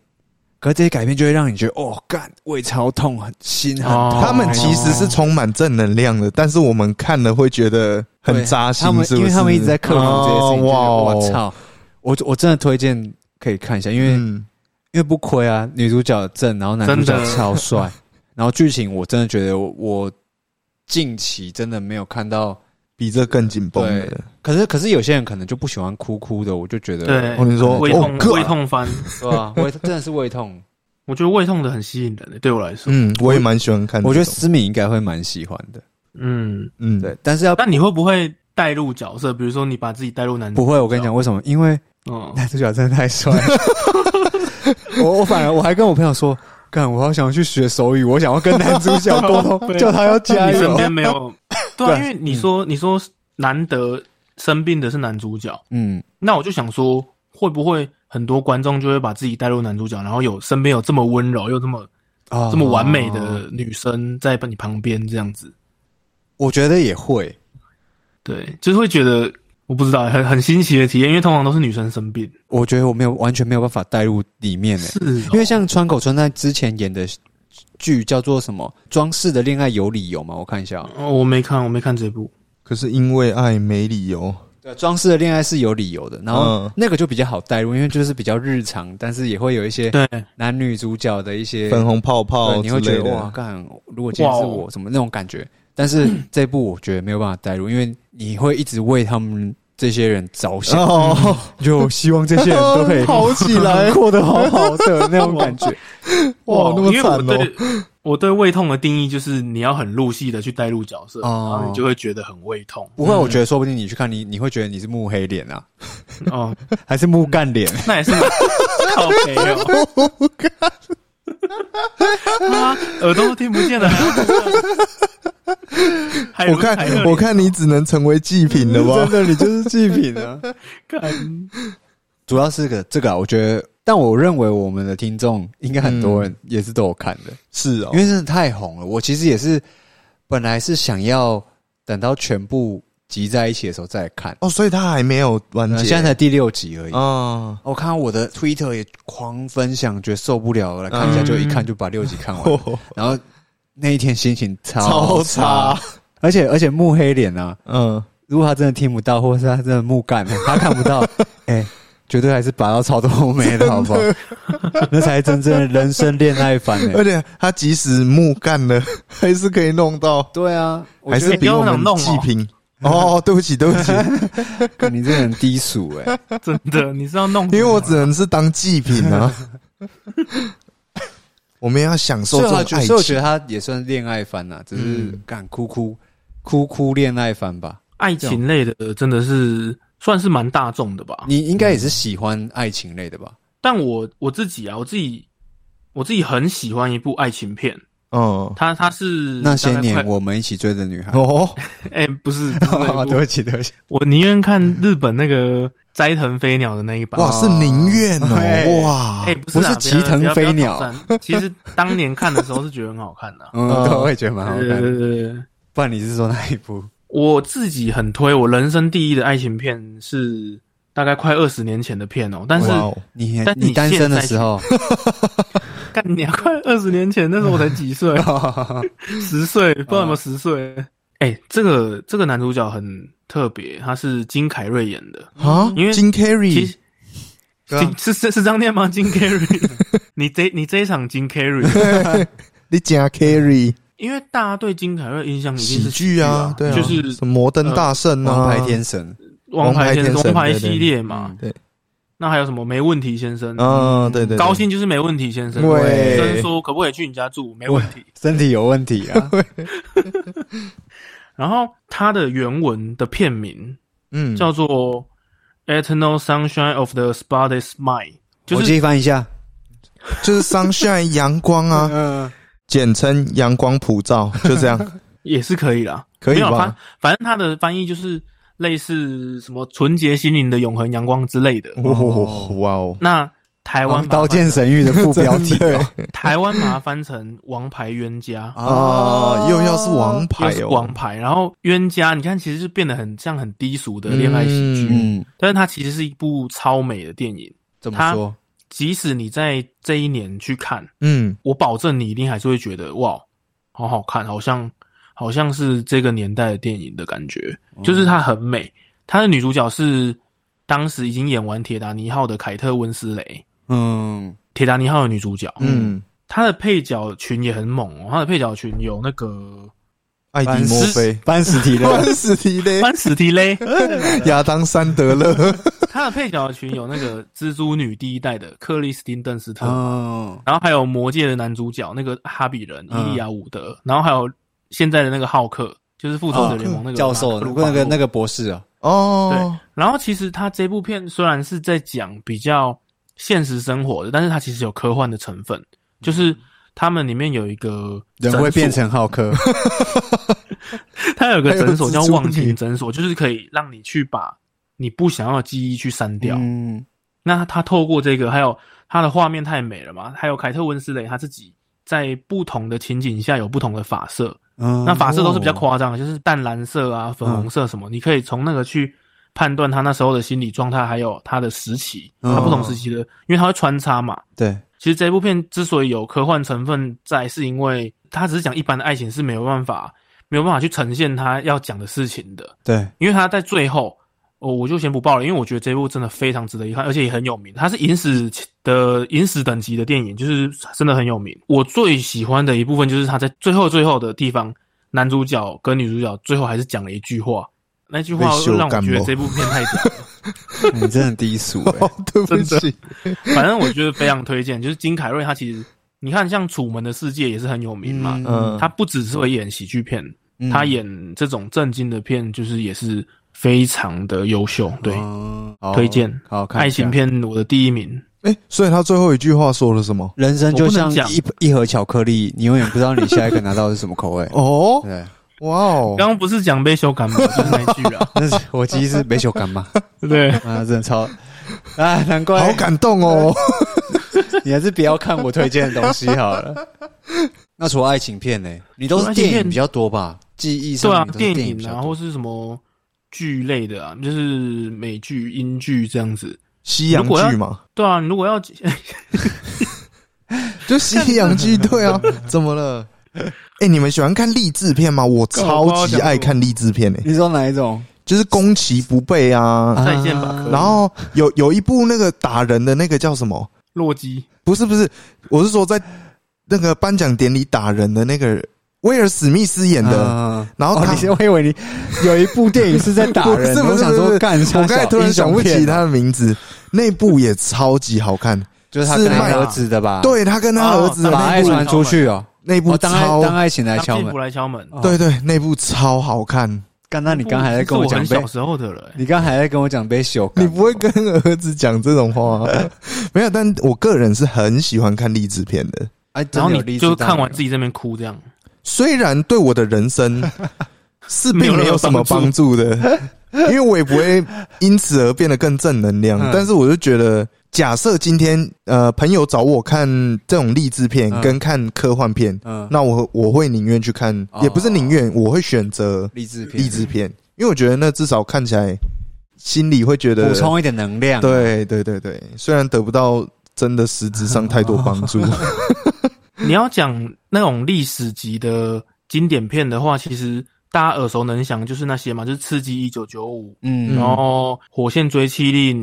[SPEAKER 1] 可是这些改变就会让你觉得，哦，干胃超痛，很心很痛。
[SPEAKER 3] 哦
[SPEAKER 2] 他们其实是充满正能量的，但是我们看了会觉得很
[SPEAKER 1] 对
[SPEAKER 2] 扎心
[SPEAKER 1] 他，们
[SPEAKER 2] 是不
[SPEAKER 1] 因
[SPEAKER 2] 是
[SPEAKER 1] 为他们一直在克服这些事情。哇、
[SPEAKER 2] 哦哇哦
[SPEAKER 1] 我操！我我真的推荐可以看一下，因为、
[SPEAKER 2] 嗯
[SPEAKER 1] 因为不亏啊，女主角正，然后男主角
[SPEAKER 3] 真的
[SPEAKER 1] 超帅， 然后剧情我真的觉得我我近期真的没有看到
[SPEAKER 2] 比这更紧绷
[SPEAKER 1] 对
[SPEAKER 2] 的。
[SPEAKER 1] 可是可是有些人可能就不喜欢哭哭的，我就觉得
[SPEAKER 3] 对，
[SPEAKER 2] 哦你说
[SPEAKER 3] 胃
[SPEAKER 2] 哦
[SPEAKER 3] 痛
[SPEAKER 2] 哥啊
[SPEAKER 3] 胃痛翻，
[SPEAKER 1] 是吧？胃真的是胃痛，
[SPEAKER 3] 我觉得胃痛的很吸引人欸的，对我来说，
[SPEAKER 2] 嗯，我也蛮喜欢看这种。
[SPEAKER 1] 我觉得思敏应该会蛮喜欢的。
[SPEAKER 3] 嗯，
[SPEAKER 2] 嗯，
[SPEAKER 1] 对，但是要
[SPEAKER 3] 但你会不会带入角色？比如说你把自己带入男主，
[SPEAKER 1] 不会，我跟你讲，为什么？因为
[SPEAKER 3] 嗯，
[SPEAKER 1] 男主角真的太帅了。 我我反而我还跟我朋友说，干，我好想去学手语，我想要跟男主角沟通，
[SPEAKER 3] 对
[SPEAKER 1] 叫他要加
[SPEAKER 3] 你身
[SPEAKER 1] 油。
[SPEAKER 3] 边没 有，对
[SPEAKER 1] 对
[SPEAKER 3] 啊，因为你说你说难得生病的是男主角，
[SPEAKER 1] 嗯，
[SPEAKER 3] 那我就想说，会不会很多观众就会把自己带入男主角，然后有身边有这么温柔又这么
[SPEAKER 2] 哦
[SPEAKER 1] 啊
[SPEAKER 3] 这么完美的女生在你旁边这样子？
[SPEAKER 1] 我觉得也会。
[SPEAKER 3] 对，就是会觉得我不知道，很很新奇的体验，因为通常都是女生生病，
[SPEAKER 1] 我觉得我没有完全没有办法带入里面呢、
[SPEAKER 3] 是
[SPEAKER 2] 哦
[SPEAKER 1] 因为像川口春奈之前演的剧叫做什么《装饰的恋爱有理由》吗？我看一下、啊
[SPEAKER 3] 哦，我没看，我没看这部，
[SPEAKER 2] 可是因为爱没理由，
[SPEAKER 1] 对，装饰的恋爱是有理由的，然后
[SPEAKER 2] 嗯
[SPEAKER 1] 那个就比较好带入，因为就是比较日常，但是也会有一些
[SPEAKER 3] 对，
[SPEAKER 1] 男女主角的一些
[SPEAKER 2] 粉红泡泡
[SPEAKER 1] 对，你会
[SPEAKER 2] 之
[SPEAKER 1] 觉
[SPEAKER 2] 类
[SPEAKER 1] 得哇，
[SPEAKER 2] 的。
[SPEAKER 1] 干，如果今天是
[SPEAKER 3] 哇
[SPEAKER 1] 我，什么那种感觉。但 是这部我觉得没有办法代入，因为你会一直为他们这些人着想，
[SPEAKER 2] 哦，
[SPEAKER 1] 就希望这些人都可以
[SPEAKER 2] 好起 来
[SPEAKER 1] 过得好好 的那种感觉。
[SPEAKER 2] 哇，那么
[SPEAKER 3] 因为我
[SPEAKER 2] 惨哦！
[SPEAKER 3] 对我对胃痛的定义就是你要很入戏的去带入角色，
[SPEAKER 1] 哦
[SPEAKER 3] 然后你就会觉得很胃痛。
[SPEAKER 1] 不会，我觉得说不定你去看你，你会觉得你是木黑脸啊，
[SPEAKER 3] 哦，
[SPEAKER 1] 还是木干脸？啊
[SPEAKER 3] 那也是靠北哦。啊，耳朵都听不见了。还有
[SPEAKER 2] 我看
[SPEAKER 3] 还有
[SPEAKER 2] 我看你只能成为祭品了吧？
[SPEAKER 1] 的，你就是祭品啊！
[SPEAKER 3] 看
[SPEAKER 1] 主要是个这个啊，我觉得，但我认为我们的听众应该很多人也是都有看的，
[SPEAKER 2] 是哦
[SPEAKER 1] 因，为真的太红了。我其实也是本来是想要等到全部集在一起的时候再看，
[SPEAKER 2] 哦，所以他还没有完
[SPEAKER 1] 呃
[SPEAKER 2] 结。
[SPEAKER 1] 现在才第六集而已。
[SPEAKER 2] 啊，
[SPEAKER 1] 哦我看到我的 Twitter 也狂分享，觉得受不了了，来看一下，
[SPEAKER 3] 嗯
[SPEAKER 1] 就一看就把六集看完。
[SPEAKER 2] 哦
[SPEAKER 1] 然后那一天心情嗯超
[SPEAKER 2] 超
[SPEAKER 1] 差
[SPEAKER 2] 差，，
[SPEAKER 1] 而且而且木黑脸啊，
[SPEAKER 2] 嗯，
[SPEAKER 1] 如果他真的听不到，或是他真的木干， 他看不到，哎、绝对还是拔到草都没 了，好不好？那才真正的人生恋爱番呢、
[SPEAKER 2] 而且他即使木干了，还是可以弄到，
[SPEAKER 1] 对啊，我
[SPEAKER 2] 还
[SPEAKER 1] 觉
[SPEAKER 2] 是
[SPEAKER 1] 得
[SPEAKER 2] 比我
[SPEAKER 3] 你不要弄
[SPEAKER 2] 们
[SPEAKER 3] 哦
[SPEAKER 2] 祭品。哦，对不起，对 不起，
[SPEAKER 1] 干你这个人低俗哎、
[SPEAKER 3] 真的，你是要弄死
[SPEAKER 2] 因为我
[SPEAKER 3] 吗
[SPEAKER 2] 只能是当祭品 啊。我们要享受
[SPEAKER 1] 所以
[SPEAKER 2] 这种
[SPEAKER 1] 我
[SPEAKER 2] 爱
[SPEAKER 3] 啊
[SPEAKER 1] 觉得，所以我觉
[SPEAKER 2] 情
[SPEAKER 1] 得他也算恋爱番呐、只是
[SPEAKER 2] 嗯
[SPEAKER 1] 干哭哭哭哭恋爱番吧。
[SPEAKER 3] 爱情类的真的是算是蛮大众的吧。
[SPEAKER 1] 你应该也是喜欢爱情类的吧？
[SPEAKER 3] 但我我自己啊，我自己我自己很喜欢一部爱情片，
[SPEAKER 2] 嗯，
[SPEAKER 3] 它它是
[SPEAKER 1] 那些
[SPEAKER 3] 大概
[SPEAKER 1] 年
[SPEAKER 3] 快
[SPEAKER 1] 我们一起追的女孩。
[SPEAKER 2] 哦，
[SPEAKER 3] 哎、不是， 不是那一部
[SPEAKER 1] 不起， 对不起，
[SPEAKER 3] 我宁愿看日本那个斋藤飞鸟的那
[SPEAKER 1] 哦
[SPEAKER 3] 一版。
[SPEAKER 2] 哇，是宁愿
[SPEAKER 1] 哎
[SPEAKER 2] 哦，哇
[SPEAKER 3] 哎、，不是啦
[SPEAKER 1] 不是
[SPEAKER 3] 不要
[SPEAKER 1] 齐藤飞
[SPEAKER 3] 不要
[SPEAKER 1] 鸟
[SPEAKER 3] 挑战其实当年看的时候是觉得很好看 的、啊
[SPEAKER 1] 嗯，呃
[SPEAKER 2] 嗯
[SPEAKER 1] 对，我也觉得蛮好
[SPEAKER 3] 哦对对
[SPEAKER 1] 看
[SPEAKER 3] 对
[SPEAKER 1] 的。
[SPEAKER 3] 对对，
[SPEAKER 1] 不然你是说哪一部？
[SPEAKER 3] 我自己很推，我人生第一的爱情片是大概快二十年前的片哦、但是
[SPEAKER 2] 哇哦，
[SPEAKER 1] 你
[SPEAKER 3] 但你
[SPEAKER 1] 你单身的时候，
[SPEAKER 3] 干你、啊、快二十年前，那时候我才几 岁，十岁，不知道有没有十岁。哎、这个这个男主角很特别，他是金凯瑞演的，
[SPEAKER 2] 啊，
[SPEAKER 3] 因为
[SPEAKER 2] 金
[SPEAKER 3] 其
[SPEAKER 2] Carrey
[SPEAKER 3] 实。金是是是这样念吗？金 Carry，你这你这一场金 Carry，
[SPEAKER 2] 你加 Carrey
[SPEAKER 3] 因为大家对金凯瑞印象一定
[SPEAKER 2] 喜
[SPEAKER 3] 嗯是
[SPEAKER 2] 剧啊，对啊，
[SPEAKER 3] 就是嗯
[SPEAKER 2] 什么摩登大圣啊，
[SPEAKER 1] 王牌天神，
[SPEAKER 3] 王牌先生、
[SPEAKER 2] 王牌天神
[SPEAKER 3] 王牌
[SPEAKER 2] 对对
[SPEAKER 3] 系列嘛。
[SPEAKER 2] 对，
[SPEAKER 3] 那还有什么没问题先生？
[SPEAKER 1] 嗯
[SPEAKER 2] 啊，对对，对
[SPEAKER 3] 高兴就是没问题先生。
[SPEAKER 2] 对
[SPEAKER 3] 医生说可不可以去你家住？没问题。
[SPEAKER 1] 身体有问题 啊！
[SPEAKER 3] 然后他的原文的片名
[SPEAKER 2] 嗯，
[SPEAKER 3] 叫做《Eternal Sunshine of the Spotless Mind》，就
[SPEAKER 1] 我
[SPEAKER 3] 是
[SPEAKER 1] 记翻一下，
[SPEAKER 2] 就是 sunshine 阳光啊，
[SPEAKER 1] 嗯，
[SPEAKER 2] 简称阳光普照，就这 样，
[SPEAKER 3] 也是可以啦。
[SPEAKER 2] 可以
[SPEAKER 3] 没有啊
[SPEAKER 2] 吧
[SPEAKER 3] 反？反正他的翻译就是类似什么纯洁心灵的永恒阳光之类的。
[SPEAKER 2] 哇哇哦，
[SPEAKER 3] 那台湾把它
[SPEAKER 1] 刀剑
[SPEAKER 3] 翻成
[SPEAKER 1] 神域》的副标题
[SPEAKER 2] 真的
[SPEAKER 3] 哦台湾把它翻成《王牌冤家》
[SPEAKER 2] 啊，又要是王牌
[SPEAKER 3] 又是
[SPEAKER 2] 哦，
[SPEAKER 3] 王牌，然后冤家，你看其实就变得很像很低俗的恋爱喜剧，
[SPEAKER 2] 嗯
[SPEAKER 1] 嗯，
[SPEAKER 3] 但是它其实是一部超美的电影。
[SPEAKER 1] 怎么
[SPEAKER 3] 他
[SPEAKER 1] 说？
[SPEAKER 3] 即使你在这一年去看，
[SPEAKER 2] 嗯，
[SPEAKER 3] 我保证你一定还是会觉得哇，好好看，好像好像是这个年代的电影的感觉，
[SPEAKER 2] 哦
[SPEAKER 3] 就是它很美。它的女主角是当时已经演完《铁达尼号》的凯特·温斯雷，《
[SPEAKER 1] 嗯，
[SPEAKER 3] 铁达尼号》的女主角。
[SPEAKER 2] 嗯，
[SPEAKER 3] 她的配角群也很猛哦，她的配角群有那个
[SPEAKER 2] 艾迪墨菲、
[SPEAKER 1] 班史提勒，
[SPEAKER 2] 班史提勒、
[SPEAKER 3] 班史提勒，
[SPEAKER 2] 亚当·山德勒，
[SPEAKER 3] 他的配角群有那个蜘蛛女第一代的克里斯汀·邓斯特，
[SPEAKER 1] 哦，
[SPEAKER 3] 然后还有魔界的男主角那个哈比人伊
[SPEAKER 1] 嗯
[SPEAKER 3] 利亚伍德，然后还有现在的那个浩克，就是复仇者联盟那个
[SPEAKER 1] 哦教授，
[SPEAKER 3] 马克鲁
[SPEAKER 1] 那个
[SPEAKER 3] 法洛
[SPEAKER 1] 那个博士啊，
[SPEAKER 2] 哦，
[SPEAKER 3] 然后其实他这部片虽然是在讲比较现实生活的，但是它其实有科幻的成分，就是他们里面有一个
[SPEAKER 1] 嗯人
[SPEAKER 3] 诊所
[SPEAKER 1] 会变， 成浩克，
[SPEAKER 3] 它有个诊所
[SPEAKER 2] 还有
[SPEAKER 3] 叫
[SPEAKER 2] 蜘蛛
[SPEAKER 3] 忘
[SPEAKER 2] 女
[SPEAKER 3] 情诊所，就是可以让你去把你不想要的记忆去删掉。
[SPEAKER 1] 嗯，
[SPEAKER 3] 那他透过这个，还有他的画面太美了嘛，还有凯特温斯雷他自己在不同的情景下有不同的发色，那
[SPEAKER 1] 那
[SPEAKER 3] 发色都是
[SPEAKER 2] 哦
[SPEAKER 3] 比较夸
[SPEAKER 1] 哦
[SPEAKER 3] 张的，就是淡蓝色啊、粉红色什么，你可以从那个去判断他那时候的心理状态，还有他的时期，
[SPEAKER 1] 嗯
[SPEAKER 3] 他不同时期的，因为他会穿插嘛。
[SPEAKER 1] 对，
[SPEAKER 3] 其实这部片之所以有科幻成分在，是因为他只是讲一般的爱情是没有办法、没有办法去呈现他要讲的事情的，
[SPEAKER 1] 对，
[SPEAKER 3] 因为他在最后，哦我我就先不报了，因为我觉得这部真的非常值得一看，而且也很有名，它是影史的影史等级的电影，就是真的很有名。我最喜欢的一部分就是他在最后最后的地方，男主角跟女主角最后还是讲了一句话，那句话
[SPEAKER 2] 被羞
[SPEAKER 3] 让我
[SPEAKER 2] 感
[SPEAKER 3] 觉得
[SPEAKER 2] 冒
[SPEAKER 3] 这部片太屌了，
[SPEAKER 1] 你真的很低俗 欸，
[SPEAKER 2] 对不起，
[SPEAKER 3] 反正我觉得非常推荐。就是金凯瑞他其实，你看像《楚门的世界》也是很有名嘛，
[SPEAKER 1] 嗯
[SPEAKER 3] 他不只是会演喜剧片，
[SPEAKER 1] 嗯
[SPEAKER 3] 他演这种震惊的片，就是也是非常的优秀，对。
[SPEAKER 1] 嗯好
[SPEAKER 3] 哦推荐
[SPEAKER 1] 好看一下
[SPEAKER 3] 爱情，片我的第一名，
[SPEAKER 2] 哎，所以他最后一句话说了什么？。
[SPEAKER 1] 人生就像
[SPEAKER 3] 我不能讲
[SPEAKER 1] 一一盒巧克力，你永远不知道你下一个拿到的是什么口味
[SPEAKER 2] 哦，
[SPEAKER 1] 对，
[SPEAKER 2] 哇哦，
[SPEAKER 3] 刚刚不是讲被修改吗？ 就是那一句啊，
[SPEAKER 1] 那是我其实是没酒感 嘛，
[SPEAKER 3] 对，
[SPEAKER 1] 啊，真的超，啊，难怪
[SPEAKER 2] 好感动哦。
[SPEAKER 1] 你还是不要看我推荐的东西好 了。那除了爱情片呢？你都是电影比较多吧？记忆
[SPEAKER 3] 对啊
[SPEAKER 1] 上，面都是
[SPEAKER 3] 电
[SPEAKER 1] 电影比
[SPEAKER 3] 影
[SPEAKER 1] 较
[SPEAKER 3] 啊，
[SPEAKER 1] 多
[SPEAKER 3] 或是什么剧类的啊，就是美剧、英剧这样子。
[SPEAKER 2] 西洋剧嘛，
[SPEAKER 3] 对啊，你如果要
[SPEAKER 2] 就西洋剧，对 啊，怎么了？哎，你们喜欢看励志片吗？我超级爱看励志片诶，
[SPEAKER 1] 你说哪一种？
[SPEAKER 2] 就是攻其不备啊。
[SPEAKER 3] 在嗯线吧
[SPEAKER 1] 啊
[SPEAKER 3] 可以
[SPEAKER 2] 然后有有一部那个打人的那个叫什么？
[SPEAKER 3] 洛基，
[SPEAKER 2] 不是不是，我是说在那个颁奖典礼打人的那个威尔史密斯演的，
[SPEAKER 1] 嗯
[SPEAKER 2] 然后
[SPEAKER 1] 哦，
[SPEAKER 2] 他
[SPEAKER 1] 你是我以为你有一部电影是在打人，
[SPEAKER 2] 不是不
[SPEAKER 1] 我
[SPEAKER 2] 是
[SPEAKER 1] 想
[SPEAKER 2] 不
[SPEAKER 1] 说
[SPEAKER 2] 是
[SPEAKER 1] 干啥小？
[SPEAKER 2] 我刚才突然想不
[SPEAKER 1] 英
[SPEAKER 2] 起
[SPEAKER 1] 雄片
[SPEAKER 2] 他，的名字，那部也超级好看。
[SPEAKER 1] 就是他跟
[SPEAKER 2] 是
[SPEAKER 1] 他
[SPEAKER 2] 卖
[SPEAKER 1] 儿子的吧？，
[SPEAKER 2] 对他跟他儿子的
[SPEAKER 1] 把
[SPEAKER 2] 那
[SPEAKER 1] 爱
[SPEAKER 2] 部，
[SPEAKER 1] 传出去哦。
[SPEAKER 2] 那
[SPEAKER 1] 我
[SPEAKER 2] 部
[SPEAKER 1] 当爱
[SPEAKER 2] 超，
[SPEAKER 1] 当爱情来
[SPEAKER 3] 当
[SPEAKER 1] 敲
[SPEAKER 3] 幸
[SPEAKER 1] 门
[SPEAKER 3] 福。来敲门。
[SPEAKER 2] 对对，那部超好看。
[SPEAKER 1] 干，那你刚才在跟
[SPEAKER 3] 我
[SPEAKER 1] 讲
[SPEAKER 3] 很
[SPEAKER 1] 被
[SPEAKER 3] 小，时候的了、欸
[SPEAKER 1] 你刚才在跟我讲被羞感，
[SPEAKER 2] 你不会跟儿子讲这种话、啊 没有。但我个人是很喜欢看励志片的，
[SPEAKER 1] 哎，
[SPEAKER 3] 然后你就看完自
[SPEAKER 1] 己
[SPEAKER 3] 己这边哭这样。
[SPEAKER 2] 虽然对我的人生 是并没有什么帮助的， 因为我也不会因此而变得更正能量。
[SPEAKER 1] 嗯
[SPEAKER 2] 但是我就觉得，假设今天呃朋友找我看这种励志片
[SPEAKER 1] 嗯
[SPEAKER 2] 跟看科幻片，
[SPEAKER 1] 嗯
[SPEAKER 2] 那我我会宁愿去看，也不是宁愿，我会选择
[SPEAKER 1] 励志片，
[SPEAKER 2] 励志片，因为我觉得那至少看起来心里会觉得
[SPEAKER 1] 补充一点能
[SPEAKER 3] 啊
[SPEAKER 1] 量。，
[SPEAKER 2] 对对对对，虽然得不到真的实质上太多帮 助，
[SPEAKER 3] 你要讲那种历史级的经典片的话，其实大家耳熟能详就是那些嘛，就是《刺激一九九五》，
[SPEAKER 1] 嗯，
[SPEAKER 3] 然后《火线追妻令》，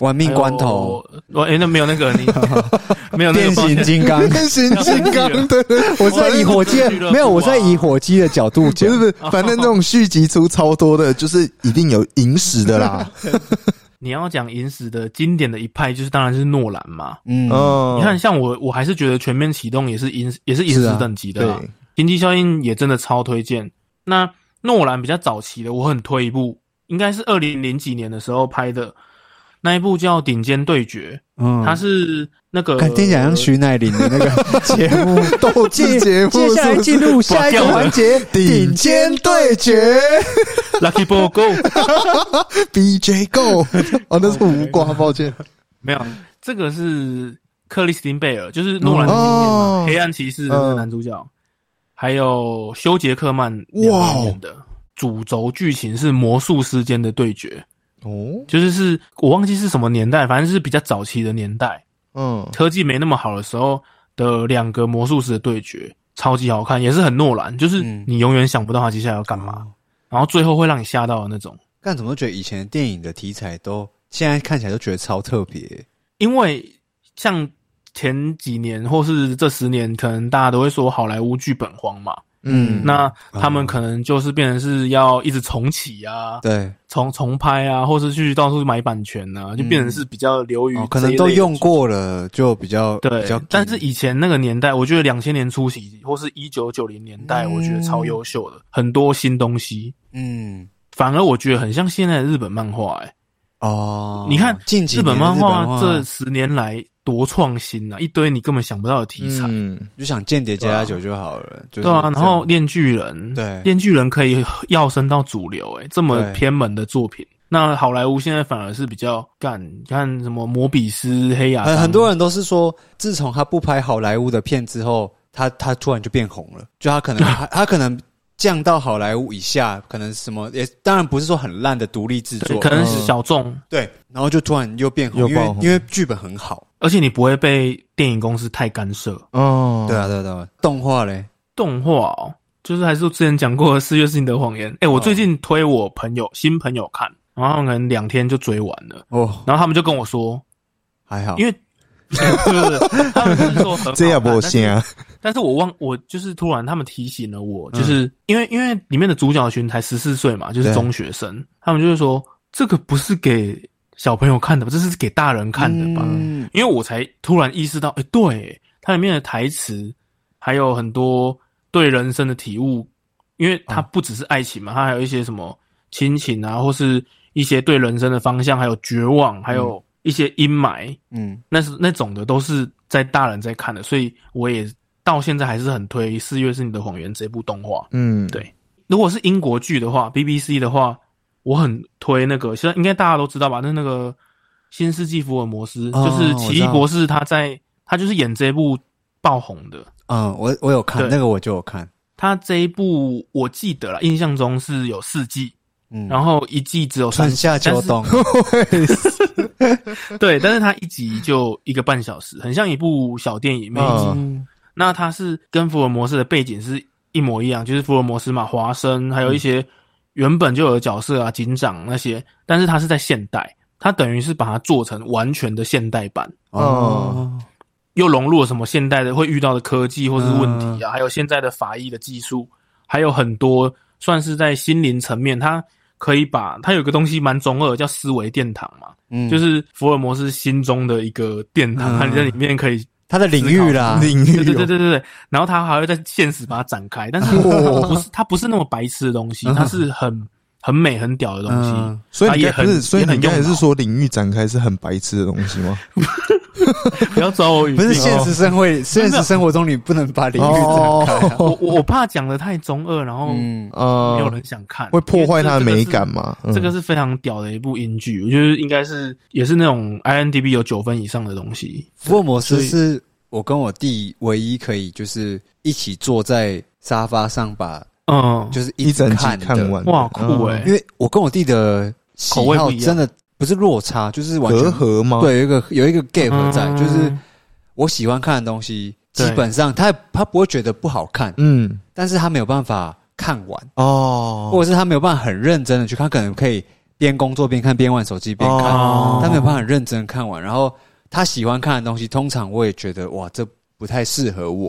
[SPEAKER 1] 玩命关头，
[SPEAKER 3] 还有，我哎、那没有那个你， 没有那
[SPEAKER 1] 变
[SPEAKER 3] 个
[SPEAKER 1] 形金刚，
[SPEAKER 2] 变形金刚对对，
[SPEAKER 1] 我在以火鸡的
[SPEAKER 3] 俱乐部啊
[SPEAKER 1] 没有，我在以火鸡的角度
[SPEAKER 2] 不
[SPEAKER 1] 讲
[SPEAKER 2] 是，不是，反正那种续集出超多的，就是一定有影史的 啦。
[SPEAKER 3] 你要讲影史的经典的一派，就是当然是诺兰嘛。
[SPEAKER 1] 嗯，
[SPEAKER 2] 嗯，
[SPEAKER 3] 你看，像我，我还是觉得《全面启动》也是影，也是影史
[SPEAKER 1] 是啊
[SPEAKER 3] 等级的、
[SPEAKER 2] 对
[SPEAKER 3] 啊，经济效应》也真的超推荐。那诺兰比较早期的，我很推一部，应该是二零零几年的时候拍的那一部叫《顶尖对决》，
[SPEAKER 1] 嗯
[SPEAKER 3] 它是那个
[SPEAKER 1] 看听起来像徐乃麟的那个节目。
[SPEAKER 2] 斗智节目
[SPEAKER 1] 接下
[SPEAKER 2] 是
[SPEAKER 1] 来
[SPEAKER 2] 不是
[SPEAKER 1] 进入下一个环节，
[SPEAKER 2] 顶尖对决
[SPEAKER 3] Lucky Ball Go。
[SPEAKER 2] BJ Go 哦，那是无瓜，抱歉。
[SPEAKER 3] 没有，这个是克里斯汀贝尔，就是诺兰的经典嘛，
[SPEAKER 2] 哦
[SPEAKER 3] 黑暗骑士》的那个男主角，还有休杰克曼
[SPEAKER 2] 哇哦
[SPEAKER 3] 哇演的。主轴剧情是魔术师间的对决，
[SPEAKER 2] 哦，
[SPEAKER 3] 就是是我忘记是什么年代，反正是比较早期的年代，
[SPEAKER 2] 嗯，
[SPEAKER 3] 科技没那么好的时候的两个魔术师的对决，超级好看，也是很诺兰，就是
[SPEAKER 1] 嗯
[SPEAKER 3] 你永远想不到他接下来要干嘛，然后最后会让你吓到的那种。
[SPEAKER 1] 干怎么觉得以前电影的题材都现在看起来都觉得超特别？
[SPEAKER 3] 因为像前几年或是这十年，可能大家都会说好莱坞剧本荒嘛，
[SPEAKER 2] 嗯
[SPEAKER 3] 那他们可能就是变成是要一直重启啊，
[SPEAKER 1] 对，
[SPEAKER 3] 重重拍啊，或是去到处买版权啊，就变成是比较流于、
[SPEAKER 1] 嗯哦可能都用。过了，就比较
[SPEAKER 3] 对
[SPEAKER 1] 比较，
[SPEAKER 3] 但是以前那个年代，我觉得两千年初期或是一九九零年代，我觉得超优秀的，很多新东西。
[SPEAKER 1] 嗯
[SPEAKER 3] 反而我觉得很像现在的日本漫画、欸，
[SPEAKER 1] 哦，
[SPEAKER 3] 你看
[SPEAKER 1] 近几
[SPEAKER 3] 日
[SPEAKER 1] 年
[SPEAKER 3] 本
[SPEAKER 1] 的
[SPEAKER 3] 漫画
[SPEAKER 1] 画
[SPEAKER 3] 这十年来多创新啊，一堆你根本想不到的题材，
[SPEAKER 2] 嗯，
[SPEAKER 1] 就想间谍加加酒就好了，就是
[SPEAKER 3] 对啊。
[SPEAKER 1] 这样
[SPEAKER 3] 然后《炼巨人》，
[SPEAKER 1] 对
[SPEAKER 3] 《炼巨人》可以要升到主流、欸，这么
[SPEAKER 1] 对
[SPEAKER 3] 偏门的作品。那好莱坞现在反而是比较干，你看什么摩比斯、黑亚
[SPEAKER 1] 很
[SPEAKER 3] 当
[SPEAKER 1] 很多人都是说，自从他不拍好莱坞的片之后，他他突然就变红了，就他可能他他可能降到好莱坞以下，可能什么也当然不是说很烂的独立制
[SPEAKER 3] 对
[SPEAKER 1] 作，
[SPEAKER 3] 可能是
[SPEAKER 1] 嗯
[SPEAKER 3] 小众，
[SPEAKER 1] 对，然后就突然又变红，
[SPEAKER 2] 又
[SPEAKER 1] 因
[SPEAKER 2] 爆
[SPEAKER 1] 为
[SPEAKER 2] 红
[SPEAKER 1] 因为剧本很好，
[SPEAKER 3] 而且你不会被电影公司太干涉。
[SPEAKER 2] 哦，
[SPEAKER 1] 对啊对啊对啊，动画嘞，
[SPEAKER 3] 动画哦，就是还是之前讲过的《四月是你的谎言》。
[SPEAKER 1] 嗯
[SPEAKER 3] 哎，我最近推我朋友新朋友看，然后可能两天就追完了，
[SPEAKER 1] 哦
[SPEAKER 3] 然后他们就跟我说，
[SPEAKER 1] 还好，
[SPEAKER 3] 因为 不是不是，他们就是说很好看
[SPEAKER 2] 这也不
[SPEAKER 3] 但是
[SPEAKER 2] 行啊，
[SPEAKER 3] 但是我忘我就是突然他们提醒了我，就是、因为因为里面的主角群才十四岁嘛，就是
[SPEAKER 1] 嗯对
[SPEAKER 3] 中学生，他们就是说这个不是给小朋友看的吧，这是给大人看的吧？
[SPEAKER 1] 嗯
[SPEAKER 3] 因为我才突然意识到，哎、对，它里面的台词还有很多对人生的体悟，因为它不只是爱情嘛，它还有一些什么亲情啊，或是一些对人生的方向，还有绝望，还有一些阴霾，
[SPEAKER 1] 嗯，
[SPEAKER 3] 那是那种的都是在大人在看的，所以我也到现在还是很推《四月是你的谎言》这部动画。
[SPEAKER 2] 嗯，
[SPEAKER 3] 对如果是英国剧的话，BBC 的话，我很推那个，现在应该大家都知道吧？那那个《新世纪福尔摩斯》
[SPEAKER 1] 哦
[SPEAKER 3] 就是《奇
[SPEAKER 1] 我知
[SPEAKER 3] 异
[SPEAKER 1] 道
[SPEAKER 3] 博士》，他在他就是演这部爆红的。
[SPEAKER 1] 嗯，我我有看
[SPEAKER 3] 对
[SPEAKER 1] 那个，我就有看，
[SPEAKER 3] 他这一部我记得了，印象中是有四季，
[SPEAKER 1] 嗯，
[SPEAKER 3] 然后一季只有三
[SPEAKER 1] 春夏秋，冬，
[SPEAKER 3] 但是对，但是他一集就一个半小时，很像一部小电影，每一集
[SPEAKER 2] 嗯
[SPEAKER 1] 嗯
[SPEAKER 3] 那它是跟福尔摩斯的背景是一模一样，就是福尔摩斯嘛，华生，还有一些原本就有的角色啊，警长那些，但是它是在现代，它等于是把它做成完全的现代版，
[SPEAKER 1] 哦，
[SPEAKER 3] 又融入了什么现代的会遇到的科技或是问题
[SPEAKER 1] 嗯
[SPEAKER 3] 啊，还有现在的法医的技术，还有很多算是在心灵层面，它可以把它有个东西蛮中二，叫思维殿堂嘛，
[SPEAKER 1] 嗯
[SPEAKER 3] 就是福尔摩斯心中的一个殿堂，
[SPEAKER 1] 嗯
[SPEAKER 3] 它在里面可以
[SPEAKER 1] 他的领域啦，
[SPEAKER 2] 领
[SPEAKER 3] 啊对对
[SPEAKER 2] 域哦
[SPEAKER 3] 对
[SPEAKER 2] 有
[SPEAKER 3] 对对对，然后他还会在现实把它展开，但是 它
[SPEAKER 1] 哦
[SPEAKER 3] 不是它不是那么白痴的东西，它是很很美很屌的东西。
[SPEAKER 1] 嗯
[SPEAKER 2] 所以
[SPEAKER 3] 啊
[SPEAKER 2] 你
[SPEAKER 3] 也
[SPEAKER 2] 刚不是，
[SPEAKER 3] 很
[SPEAKER 2] 所以
[SPEAKER 3] 也
[SPEAKER 2] 你
[SPEAKER 3] 很
[SPEAKER 2] 刚才
[SPEAKER 3] 用
[SPEAKER 2] 是
[SPEAKER 3] 脑
[SPEAKER 2] 说领域展开是很白痴的东西吗？
[SPEAKER 3] 不要抓我语
[SPEAKER 1] 不
[SPEAKER 3] 病
[SPEAKER 1] 是现实生
[SPEAKER 3] 哦
[SPEAKER 1] 活，现实生活中你不能把领域展开啊。
[SPEAKER 3] 我哦我我怕讲的太中二，然后没
[SPEAKER 1] 嗯，
[SPEAKER 2] 呃
[SPEAKER 3] 有人想看，
[SPEAKER 2] 会破坏它的
[SPEAKER 3] 因为
[SPEAKER 2] 美
[SPEAKER 3] 这
[SPEAKER 2] 感。嘛？
[SPEAKER 3] 这个是这个
[SPEAKER 2] 是
[SPEAKER 3] 是非常屌的一部英剧，我觉得应该是也是那种 INDB 有九分以上的东西。
[SPEAKER 1] 福尔摩斯
[SPEAKER 3] 所以
[SPEAKER 1] 是我跟我弟唯一可以就是一起坐在沙发上把
[SPEAKER 3] 嗯，
[SPEAKER 1] 就是
[SPEAKER 2] 一
[SPEAKER 1] 直
[SPEAKER 2] 整集
[SPEAKER 1] 看的
[SPEAKER 2] 看完，，
[SPEAKER 3] 哇酷
[SPEAKER 2] 嗯
[SPEAKER 3] 哎、
[SPEAKER 1] 因为我跟我弟的喜
[SPEAKER 3] 口味
[SPEAKER 1] 好
[SPEAKER 3] 不一样
[SPEAKER 1] 真的不是落差，就是完
[SPEAKER 2] 隔
[SPEAKER 1] 全
[SPEAKER 2] 阂嗯吗？，
[SPEAKER 1] 对有一个有一个 gap 在，
[SPEAKER 3] 嗯
[SPEAKER 1] 就是我喜欢看的东西，
[SPEAKER 3] 对
[SPEAKER 1] 基本上他他不会觉得不好看，
[SPEAKER 2] 嗯，
[SPEAKER 1] 但是他没有办法看完。
[SPEAKER 2] 哦，
[SPEAKER 1] 或者是他没有办法很认真的去看，可能可以边工作边看，边玩手机边看，
[SPEAKER 3] 哦
[SPEAKER 1] 他没有办法很认真地看完。然后他喜欢看的东西，通常我也觉得哇，这不太适合我。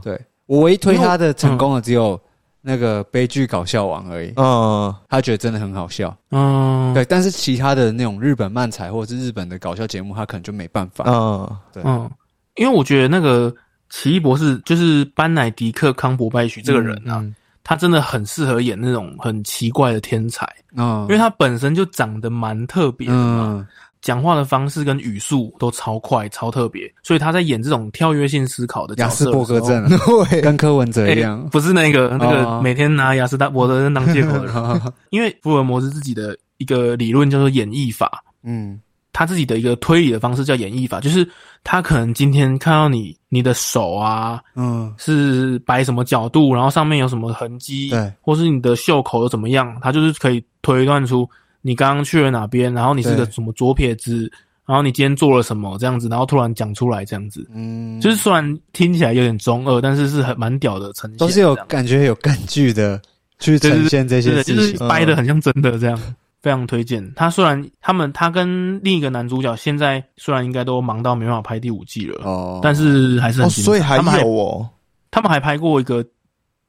[SPEAKER 2] 嗯
[SPEAKER 1] 对我唯一推他的成功的只有那个悲剧搞笑王而已，
[SPEAKER 2] 嗯，
[SPEAKER 1] 他觉得真的很好笑。
[SPEAKER 3] 嗯
[SPEAKER 1] 对，但是其他的那种日本漫才或者是日本的搞笑节目，他可能就没办法。
[SPEAKER 2] 嗯，
[SPEAKER 1] 对
[SPEAKER 3] 嗯，因为我觉得那个奇异博士就是班乃迪克康伯拜许这个人啊，
[SPEAKER 2] 嗯
[SPEAKER 3] 他真的很适合演那种很奇怪的天才，
[SPEAKER 1] 嗯
[SPEAKER 3] 因为他本身就长得蛮特别的嘛，
[SPEAKER 1] 嗯
[SPEAKER 3] 讲、话的方式跟语速都超快、超特别，所以他在演这种跳跃性思考的角
[SPEAKER 1] 雅
[SPEAKER 3] 色
[SPEAKER 1] 斯
[SPEAKER 3] 的
[SPEAKER 1] 伯格
[SPEAKER 3] 时候
[SPEAKER 1] 症啊、
[SPEAKER 2] 对，
[SPEAKER 1] 跟柯文哲
[SPEAKER 3] 哎
[SPEAKER 1] 一样。
[SPEAKER 3] 不是那个那
[SPEAKER 1] 哦
[SPEAKER 3] 个每天拿雅斯达伯的当借口的人， 因为福尔摩斯自己的一个理论叫做演绎法，
[SPEAKER 1] 嗯
[SPEAKER 3] 他自己的一个推理的方式叫演绎法，就是他可能今天看到你你的手啊，
[SPEAKER 1] 嗯
[SPEAKER 3] 是摆什么角度，然后上面有什么痕迹，
[SPEAKER 1] 对，
[SPEAKER 3] 或是你的袖口又怎么样，他就是可以推断出你刚刚去了哪边，然后你是个
[SPEAKER 1] 对
[SPEAKER 3] 什么左撇子，然后你今天做了什么这样子，然后突然讲出来这样子，
[SPEAKER 1] 嗯，
[SPEAKER 3] 就是虽然听起来有点中二，但是是很蛮屌的呈现，
[SPEAKER 1] 都是有
[SPEAKER 3] 这样
[SPEAKER 1] 感觉有根据的去
[SPEAKER 3] 对
[SPEAKER 1] 呈现这
[SPEAKER 3] 对
[SPEAKER 1] 些嗯
[SPEAKER 3] 对，
[SPEAKER 1] 事
[SPEAKER 3] 就是
[SPEAKER 1] 情。
[SPEAKER 3] 掰的很像真 的这样，非常推荐。他虽然他们他跟另一个男主角现在虽然应该都忙到没办法拍第五季了，
[SPEAKER 1] 哦
[SPEAKER 3] 但是还是很
[SPEAKER 2] 哦，
[SPEAKER 3] 精彩、
[SPEAKER 2] 所以还
[SPEAKER 3] 他们还
[SPEAKER 2] 有哦，
[SPEAKER 3] 他们还拍过一个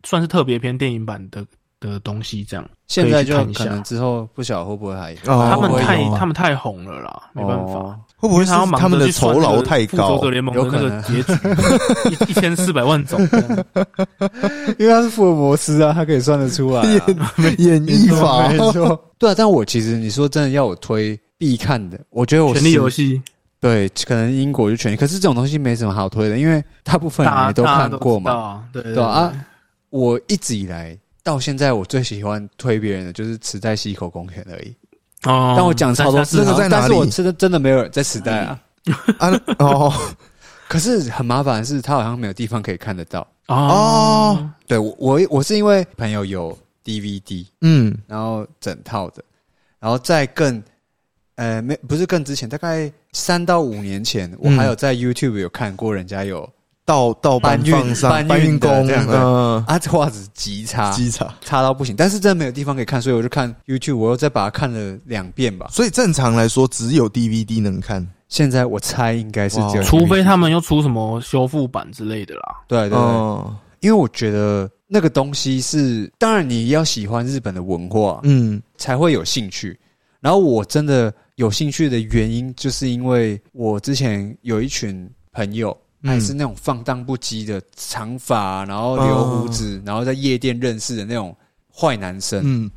[SPEAKER 3] 算是特别篇电影版的的东西，这样
[SPEAKER 1] 现在
[SPEAKER 3] 可
[SPEAKER 1] 就
[SPEAKER 3] 以去
[SPEAKER 1] 可
[SPEAKER 3] 看一下
[SPEAKER 1] 能之后不晓得会不会还
[SPEAKER 2] 哦
[SPEAKER 3] 他们
[SPEAKER 1] 会
[SPEAKER 3] 太
[SPEAKER 2] 有啊
[SPEAKER 3] 他们太红了啦，没办法。
[SPEAKER 1] 哦
[SPEAKER 2] 会不会
[SPEAKER 3] 因为
[SPEAKER 2] 是
[SPEAKER 3] 他要忙
[SPEAKER 2] 他们
[SPEAKER 3] 着
[SPEAKER 2] 的
[SPEAKER 3] 去
[SPEAKER 2] 酬
[SPEAKER 3] 传那
[SPEAKER 2] 劳
[SPEAKER 3] 个
[SPEAKER 2] 太
[SPEAKER 3] 复仇
[SPEAKER 2] 高
[SPEAKER 3] 者？联盟
[SPEAKER 1] 有
[SPEAKER 3] 的
[SPEAKER 1] 可
[SPEAKER 3] 那个
[SPEAKER 1] 能
[SPEAKER 3] 结 局，一一千四百万种，这样
[SPEAKER 1] 因为他是福尔摩斯啊，他可以算得出来、啊。
[SPEAKER 2] 演绎 法
[SPEAKER 1] 没错，对啊。但我其实你说真的要我推必看的，我觉得我
[SPEAKER 3] 权力
[SPEAKER 1] 是
[SPEAKER 3] 游戏
[SPEAKER 1] 对，可能英国就全力。可是这种东西没什么好推的，因为大部分人也
[SPEAKER 3] 大家
[SPEAKER 1] 都
[SPEAKER 3] 大家
[SPEAKER 1] 看过
[SPEAKER 3] 知道
[SPEAKER 1] 嘛。
[SPEAKER 3] 啊，对对
[SPEAKER 1] 对啊啊，我一直以来到现在，我最喜欢推别人的就是池袋溪口公园而已。
[SPEAKER 3] 哦，
[SPEAKER 1] 啊但我讲超多
[SPEAKER 3] 但
[SPEAKER 1] 次，
[SPEAKER 3] 是
[SPEAKER 2] 那个在哪里
[SPEAKER 1] 但是我真的真的没有人在池袋啊。
[SPEAKER 2] 啊！哦，
[SPEAKER 1] 可是很麻烦的是，他好像没有地方可以看得到。
[SPEAKER 3] 哦
[SPEAKER 2] 哦，
[SPEAKER 1] 对我，我我是因为朋友有 DVD，
[SPEAKER 2] 嗯，
[SPEAKER 1] 然后整套的，然后再更呃没不是更之前，大概三到五年前，我
[SPEAKER 2] 嗯
[SPEAKER 1] 还有在 YouTube 有看过人家有
[SPEAKER 2] 到到
[SPEAKER 1] 搬
[SPEAKER 2] 搬
[SPEAKER 1] 运
[SPEAKER 2] 放上
[SPEAKER 1] 搬运
[SPEAKER 2] 搬运
[SPEAKER 1] 的
[SPEAKER 2] 工，
[SPEAKER 1] 这样子啊
[SPEAKER 2] 嗯，
[SPEAKER 1] 啊这袜子极差，
[SPEAKER 2] 机场。
[SPEAKER 1] 差到不行，但是真的没有地方可以看，所以我就看 YouTube，我又再把它看了两遍吧。
[SPEAKER 2] 所以正常来说，只有 DVD 能看。
[SPEAKER 1] 现在我猜应该是只有
[SPEAKER 2] 哇
[SPEAKER 1] DVD，
[SPEAKER 3] 除非他们又嗯出什么修复版之类的啦。
[SPEAKER 1] 对对对，
[SPEAKER 2] 哦，
[SPEAKER 1] 因为我觉得那个东西是，当然你要喜欢日本的文化，
[SPEAKER 2] 嗯，
[SPEAKER 1] 才会有兴趣。然后我真的有兴趣的原因，就是因为我之前有一群朋友，
[SPEAKER 2] 嗯
[SPEAKER 1] 还是那种放荡不羁的长发，然后留胡
[SPEAKER 3] 哦
[SPEAKER 1] 子，然后在夜店认识的那种坏男生，
[SPEAKER 2] 嗯，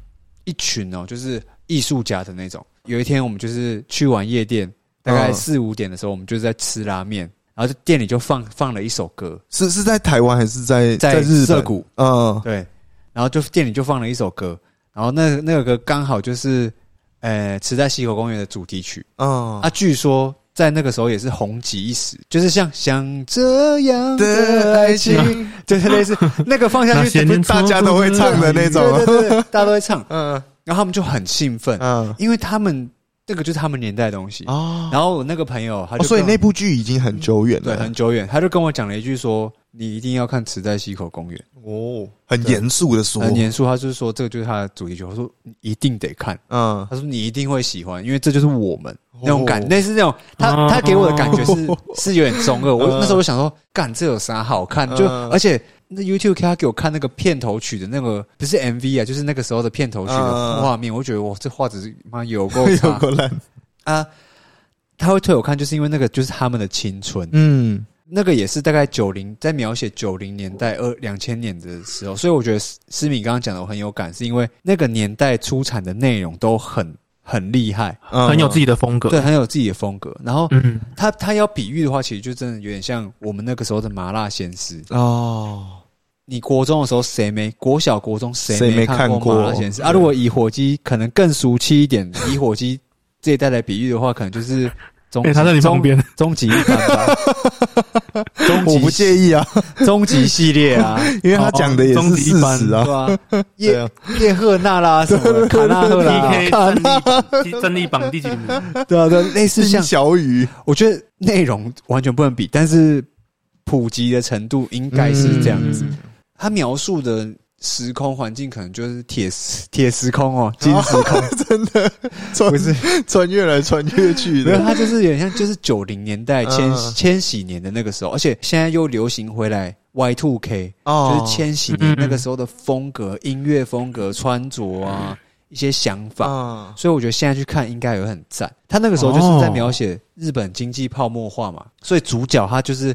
[SPEAKER 1] 一群哦，就是艺术家的那种。有一天我们就是去完夜店，大概
[SPEAKER 2] 嗯
[SPEAKER 1] 四五点的时候，我们就在吃拉面，然后就店里就放放了一首歌，
[SPEAKER 2] 是是在台湾还是在
[SPEAKER 1] 在
[SPEAKER 2] 日
[SPEAKER 1] 涩
[SPEAKER 2] 本？
[SPEAKER 1] 谷，
[SPEAKER 2] 嗯，
[SPEAKER 1] 对，然后就店里就放了一首歌，然后那那个歌刚好就是呃《池袋西口公园》的主题曲
[SPEAKER 2] 嗯，
[SPEAKER 1] 啊，据说在那个时候也是红极一时，就是像像这样的爱情，就是类似那个放下
[SPEAKER 3] 那些
[SPEAKER 1] 去，不
[SPEAKER 3] 年
[SPEAKER 1] 是
[SPEAKER 2] 大家都会唱的那种
[SPEAKER 1] 对对对，对大家都会唱，
[SPEAKER 2] 嗯
[SPEAKER 1] 然后他们就很兴奋，
[SPEAKER 2] 嗯
[SPEAKER 1] 因为他们那个就是他们年代的东西。
[SPEAKER 2] 啊，
[SPEAKER 1] 然后我那个朋友他就跟
[SPEAKER 2] 哦
[SPEAKER 1] 我、
[SPEAKER 2] 所以那部剧已经很久远
[SPEAKER 1] 对
[SPEAKER 2] 了，
[SPEAKER 1] 很久远，他就跟我讲了一句说：“你一定要看《池袋西口公园》。”
[SPEAKER 2] 哦，很严肃的说，
[SPEAKER 1] 很严肃，他就是说这个就是他的主题曲。我说你一定得看，
[SPEAKER 2] 嗯，
[SPEAKER 1] 他说你一定会喜欢，因为这就是我们
[SPEAKER 2] 哦
[SPEAKER 1] 那种感，那是那种他
[SPEAKER 3] 哦
[SPEAKER 1] 他给我的感 觉是是有点中二。我
[SPEAKER 2] 嗯
[SPEAKER 1] 那时候我想说，干这有啥好看？就
[SPEAKER 2] 嗯
[SPEAKER 1] 而且那 YouTube 他给我看那个片头曲的那个不是 MV 啊，就是那个时候的片头曲的
[SPEAKER 2] 嗯
[SPEAKER 1] 画面，我觉得哇，这画质是妈有 够
[SPEAKER 2] 有
[SPEAKER 1] 差
[SPEAKER 2] 够烂，
[SPEAKER 1] 啊！他会推我看，就是因为那个就是他们的青春，
[SPEAKER 2] 嗯，
[SPEAKER 1] 那个也是大概九零，在描写九零年代二两千年的时候，所以我觉得思思敏刚刚讲的我很有感，是因为那个年代出产的内容都很很厉害，
[SPEAKER 2] 嗯
[SPEAKER 3] 很有自己的风格。
[SPEAKER 1] 对，很有自己的风格。然后
[SPEAKER 3] 嗯，
[SPEAKER 1] 他他要比喻的话，其实就真的有点像我们那个时候的麻辣鲜师。
[SPEAKER 2] 哦，
[SPEAKER 1] 你国中的时候谁没国小国中谁
[SPEAKER 2] 谁
[SPEAKER 1] 没
[SPEAKER 2] 没
[SPEAKER 1] 看
[SPEAKER 2] 看过
[SPEAKER 1] 麻辣鲜师啊？如果以火鸡可能更俗气一点，以火鸡这一代来比喻的话，可能就是终
[SPEAKER 3] 哎，他在你旁
[SPEAKER 1] 终
[SPEAKER 3] 边，
[SPEAKER 1] 终极一班 吧，终极
[SPEAKER 2] 我不介意啊，
[SPEAKER 1] 终极系列啊，
[SPEAKER 2] 因为他讲的也是事实啊，
[SPEAKER 1] 对吧？
[SPEAKER 2] 对
[SPEAKER 1] 叶
[SPEAKER 2] 啊
[SPEAKER 1] 叶赫那啦，什么的卡纳赫
[SPEAKER 3] PK
[SPEAKER 1] 啦，
[SPEAKER 3] 战力榜第战力榜第几名？
[SPEAKER 1] 对啊，对，类似
[SPEAKER 2] 丁
[SPEAKER 1] 像，
[SPEAKER 2] 小雨，
[SPEAKER 1] 我觉得内容完全不能比，但是普及的程度应该是这样子。
[SPEAKER 3] 嗯
[SPEAKER 1] 他描述的时空环境可能就是铁时铁时空哦，金时空
[SPEAKER 2] 真的穿
[SPEAKER 1] 不是，
[SPEAKER 2] 穿越来穿越 去
[SPEAKER 1] 没有，
[SPEAKER 2] 的，
[SPEAKER 1] 他就是有点像就是九零年代千
[SPEAKER 2] 嗯
[SPEAKER 1] 千禧年的那个时候，而且现在又流行回来 Y two K。
[SPEAKER 2] 哦
[SPEAKER 1] 就是千禧年那个时候的风格、音乐风格、穿着
[SPEAKER 2] 嗯
[SPEAKER 1] 啊，一些想法。
[SPEAKER 2] 啊，
[SPEAKER 1] 所以我觉得现在去看应该有很赞。他那个时候就是
[SPEAKER 2] 哦
[SPEAKER 1] 在描写日本经济泡沫化嘛，所以主角他就是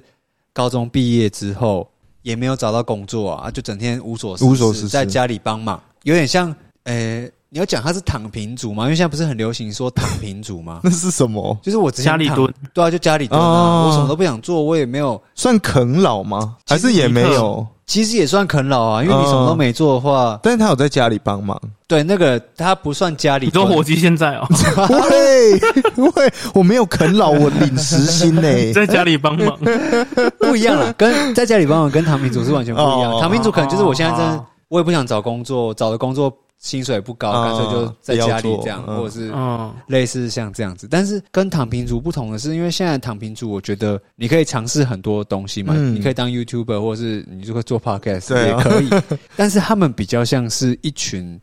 [SPEAKER 1] 高中毕业之后也没有找到工作啊，就整天无所事
[SPEAKER 2] 无所事事，
[SPEAKER 1] 在家里帮忙，有点像呃，你要讲他是躺平族嘛，因为现在不是很流行说躺平族嘛
[SPEAKER 2] 那是什么？
[SPEAKER 1] 就是我只想
[SPEAKER 3] 家里
[SPEAKER 1] 躺
[SPEAKER 3] 蹲，
[SPEAKER 1] 对啊，就家里蹲啊，
[SPEAKER 2] 哦
[SPEAKER 1] 我什么都不想做，我也没有
[SPEAKER 2] 算啃老吗？还是也没有？
[SPEAKER 1] 其实也算啃老啊，因为你什么
[SPEAKER 2] 哦
[SPEAKER 1] 都没做的话，
[SPEAKER 2] 但是他有在家里 帮忙。
[SPEAKER 1] 对那个他不算家里
[SPEAKER 3] 你说
[SPEAKER 1] 蹲，
[SPEAKER 3] 火鸡现在 哦，
[SPEAKER 2] 喂喂，我没有啃老，我领时薪呢、
[SPEAKER 3] 在家里帮忙，
[SPEAKER 1] 不一样了，跟在家里帮忙跟唐明族是完全不一样。
[SPEAKER 2] 哦
[SPEAKER 1] 唐明族可能就是我现在真的
[SPEAKER 3] 哦，
[SPEAKER 1] 我也不想找工作，找的工作薪水不高，
[SPEAKER 2] 哦
[SPEAKER 1] 干脆就在家里这样，
[SPEAKER 2] 不要做嗯
[SPEAKER 1] 或者是
[SPEAKER 3] 嗯，
[SPEAKER 1] 类似像这样子。但是跟躺平族不同的是，因为现在躺平族，我觉得你可以尝试很多东西嘛，
[SPEAKER 2] 嗯
[SPEAKER 1] 你可以当 YouTuber，或者是你就会做 Podcast
[SPEAKER 2] 对
[SPEAKER 1] 也
[SPEAKER 2] 啊
[SPEAKER 1] 可以。但是他们比较像是一群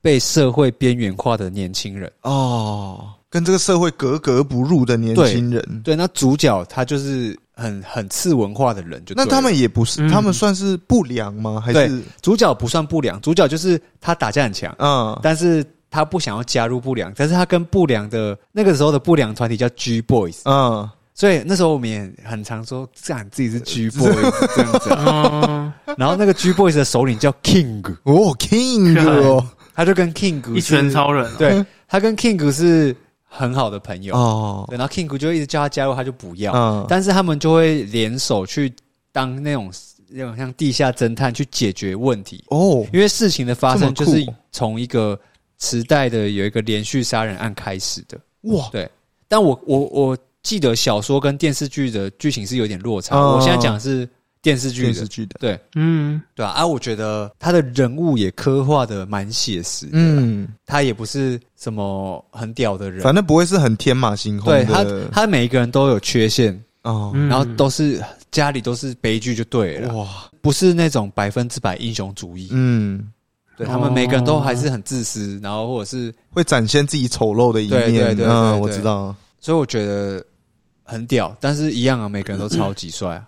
[SPEAKER 1] 被社会边缘化的年轻人。
[SPEAKER 2] 哦，跟这个社会格格不入的年轻人，
[SPEAKER 1] 对，那主角他就是很很次文化的人就对
[SPEAKER 2] 那
[SPEAKER 1] 了。
[SPEAKER 2] 他们也不是，
[SPEAKER 3] 嗯
[SPEAKER 2] 他们算是不良吗？还
[SPEAKER 1] 对
[SPEAKER 2] 是
[SPEAKER 1] 主角不算不良，主角就是他打架很强，
[SPEAKER 2] 嗯
[SPEAKER 1] 但是他不想要加入不良，但是他跟不良的那个时候的不良团体叫 G Boys，
[SPEAKER 2] 嗯，
[SPEAKER 1] 所以那时候我们也很常说，干自己是 G Boys 这样子 啊、
[SPEAKER 3] 嗯，
[SPEAKER 1] 然后那个 G Boys 的首领叫 King，啊
[SPEAKER 2] 哦，King 哦，
[SPEAKER 1] 他就跟 King 是
[SPEAKER 3] 一拳超人啊，
[SPEAKER 1] 对他跟 King 是很好的朋友，
[SPEAKER 2] 哦，
[SPEAKER 1] 对，然后 King 就一直叫他加入，他就不要，
[SPEAKER 2] 嗯
[SPEAKER 1] 但是他们就会联手去当那种那种像地下侦探去解决问题，
[SPEAKER 2] 哦，
[SPEAKER 1] 因为事情的发生
[SPEAKER 2] 这
[SPEAKER 1] 就
[SPEAKER 2] 么酷
[SPEAKER 1] 是从一个时代的有一个连续杀人案开始的。
[SPEAKER 2] 哇，
[SPEAKER 1] 对，但我我我记得小说跟电视剧的剧情是有点落差。
[SPEAKER 2] 哦
[SPEAKER 1] 我现在讲的是电视剧
[SPEAKER 2] 电
[SPEAKER 1] 的
[SPEAKER 2] 视，剧的，
[SPEAKER 1] 对
[SPEAKER 3] 嗯，
[SPEAKER 1] 对啊。啊，我觉得他的人物也刻画的蛮写实，
[SPEAKER 2] 嗯，
[SPEAKER 1] 他也不是什么很屌的人，
[SPEAKER 2] 反正不会是很天马行空
[SPEAKER 1] 对他
[SPEAKER 2] 的，
[SPEAKER 1] 他每一个人都有缺陷，
[SPEAKER 2] 哦，
[SPEAKER 3] 嗯
[SPEAKER 1] 然后都是家里都是悲剧就对了，
[SPEAKER 2] 哇，
[SPEAKER 1] 不是那种百分之百英雄主义。
[SPEAKER 2] 嗯，哦
[SPEAKER 1] 对他们每个人都还是很自私，然后或者是
[SPEAKER 2] 会展现自己丑陋的一
[SPEAKER 1] 对对
[SPEAKER 2] 面，
[SPEAKER 1] 对
[SPEAKER 2] 嗯，
[SPEAKER 1] 对
[SPEAKER 2] 我
[SPEAKER 1] 对
[SPEAKER 2] 知道，
[SPEAKER 1] 所以我觉得很屌，但是一样啊，每个人都超级帅啊。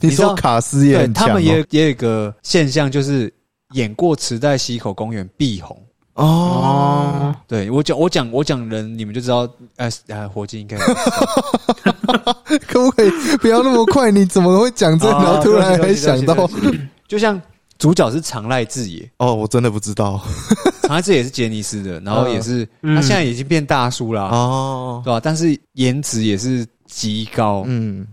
[SPEAKER 2] 你
[SPEAKER 1] 你知道
[SPEAKER 2] 说卡斯嗯也
[SPEAKER 1] 对
[SPEAKER 2] 很强
[SPEAKER 1] 他
[SPEAKER 2] 哦，
[SPEAKER 1] 们也也有一个现象，就是演过池袋西口公园必红。
[SPEAKER 2] 哦，
[SPEAKER 3] 哦，
[SPEAKER 1] 对我讲我讲我讲人，你们就知道，呃呃，火鸡应 该
[SPEAKER 2] 可不可以不要那么快？你怎么会讲这？
[SPEAKER 1] 哦
[SPEAKER 2] 然后突然
[SPEAKER 1] 对
[SPEAKER 2] 还
[SPEAKER 1] 不起
[SPEAKER 2] 想到
[SPEAKER 1] 对，不起对不起就像主角是长濑智也，
[SPEAKER 2] 哦，我真的不知道
[SPEAKER 1] 长濑智也是杰尼斯的，然后也是
[SPEAKER 3] 嗯
[SPEAKER 1] 他现在已经变大叔啦，
[SPEAKER 2] 哦，
[SPEAKER 1] 对吧？但是颜值也是极高，
[SPEAKER 2] 嗯，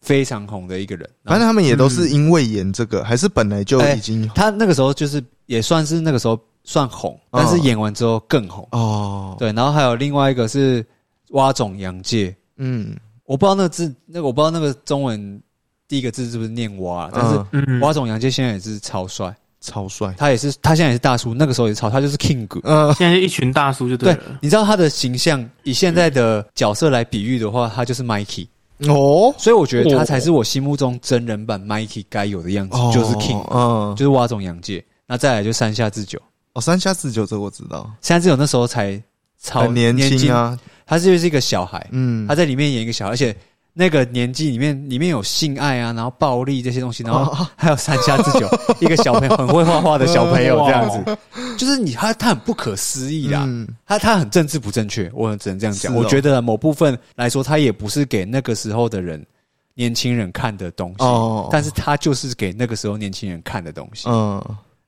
[SPEAKER 1] 非常红的一个人。然
[SPEAKER 2] 反
[SPEAKER 1] 后
[SPEAKER 2] 正他们也都是因为演这
[SPEAKER 1] 嗯
[SPEAKER 2] 个，还是本来就已经
[SPEAKER 1] 他那个时候就是也算是那个时候算红，但是演完之后更红。
[SPEAKER 2] 哦，
[SPEAKER 1] 对，然后还有另外一个是蛙种洋介，
[SPEAKER 2] 嗯，
[SPEAKER 1] 我不知道那个字，那个我不知道那个中文第一个字是不是念蛙，啊但是
[SPEAKER 2] 嗯
[SPEAKER 3] 嗯，
[SPEAKER 1] 蛙种洋介现在也是超帅，
[SPEAKER 2] 超帅，
[SPEAKER 1] 他也是他现在也是大叔，那个时候也是超，他就是 king。
[SPEAKER 2] 嗯，
[SPEAKER 3] 现在是一群大叔就对
[SPEAKER 1] 对
[SPEAKER 3] 了，，
[SPEAKER 1] 你知道他的形象以现在的角色来比喻的话，他就是 Mikey，
[SPEAKER 2] 哦，
[SPEAKER 1] 所以我觉得他才是我心目中真人版 Mikey 该有的样子，
[SPEAKER 2] 哦
[SPEAKER 1] 就是 King，、哦
[SPEAKER 2] 嗯，
[SPEAKER 1] 就是蛙种洋介。那再来就山下智久，
[SPEAKER 2] 哦，三下四九这我知道，
[SPEAKER 1] 山下智久那时候才超
[SPEAKER 2] 很年轻
[SPEAKER 1] 轻，
[SPEAKER 2] 啊，
[SPEAKER 1] 他就是一个小孩，
[SPEAKER 2] 嗯
[SPEAKER 1] 他，在里面演一个小孩，而且那个年纪里面，里面有性爱啊，然后暴力这些东西，然
[SPEAKER 2] 哦
[SPEAKER 1] 后还有三下 之久，一个小朋友很会画画的小朋友这样子，就是你他他很不可思议啦，
[SPEAKER 2] 嗯嗯
[SPEAKER 1] 他他很政治不正确，我只能这样讲。
[SPEAKER 2] 是哦
[SPEAKER 1] 我觉得某部分来说，他也不是给那个时候的人年轻人看的东西，
[SPEAKER 2] 哦
[SPEAKER 1] 但是他就是给那个时候年轻人看的东西，
[SPEAKER 2] 嗯，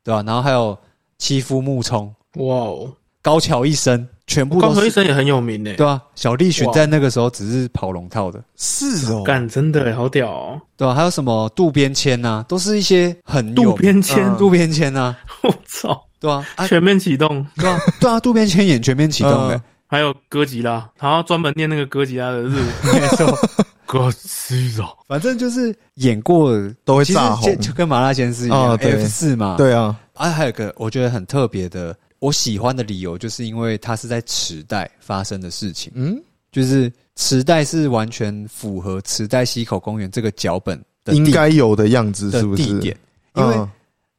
[SPEAKER 1] 对吧、然后还有欺负木冲、
[SPEAKER 3] 哇哦，
[SPEAKER 1] 高桥一生，全部
[SPEAKER 3] 光
[SPEAKER 1] 都
[SPEAKER 3] 头医
[SPEAKER 1] 是
[SPEAKER 3] 生也很有名诶，
[SPEAKER 1] 对啊，小栗旬
[SPEAKER 3] 哇
[SPEAKER 1] 在那个时候只是跑龙套的。
[SPEAKER 2] 是哦，
[SPEAKER 3] 干真的耶好屌哦，
[SPEAKER 1] 对啊，还有什么渡边谦呐，都是一些很有
[SPEAKER 3] 渡边谦，
[SPEAKER 2] 嗯
[SPEAKER 1] 渡边谦呐，
[SPEAKER 3] 我操，
[SPEAKER 1] 对啊，啊，
[SPEAKER 3] 全面启动，
[SPEAKER 1] 对啊，对啊，渡边谦演全面启动的
[SPEAKER 2] 嗯，
[SPEAKER 3] 还有哥吉拉，他要专门念那个哥吉拉的日 文，
[SPEAKER 1] 没错，
[SPEAKER 3] 哥吉拉，
[SPEAKER 1] 反正就是演过，
[SPEAKER 2] 都会
[SPEAKER 1] 其实
[SPEAKER 2] 炸
[SPEAKER 1] 就
[SPEAKER 2] 红，
[SPEAKER 1] 就跟马拉先是一样
[SPEAKER 2] 哦对
[SPEAKER 1] ，F 四嘛，，
[SPEAKER 2] 对啊，
[SPEAKER 1] 啊，还有一个我觉得很特别的，我喜欢的理由就是因为它是在池袋发生的事情，
[SPEAKER 2] 嗯，
[SPEAKER 1] 就是池袋是完全符合池袋西口公园这个脚本的
[SPEAKER 2] 应
[SPEAKER 1] 地
[SPEAKER 2] 该有的样子
[SPEAKER 1] 的
[SPEAKER 2] 是不是
[SPEAKER 1] 地？点，因为
[SPEAKER 2] 嗯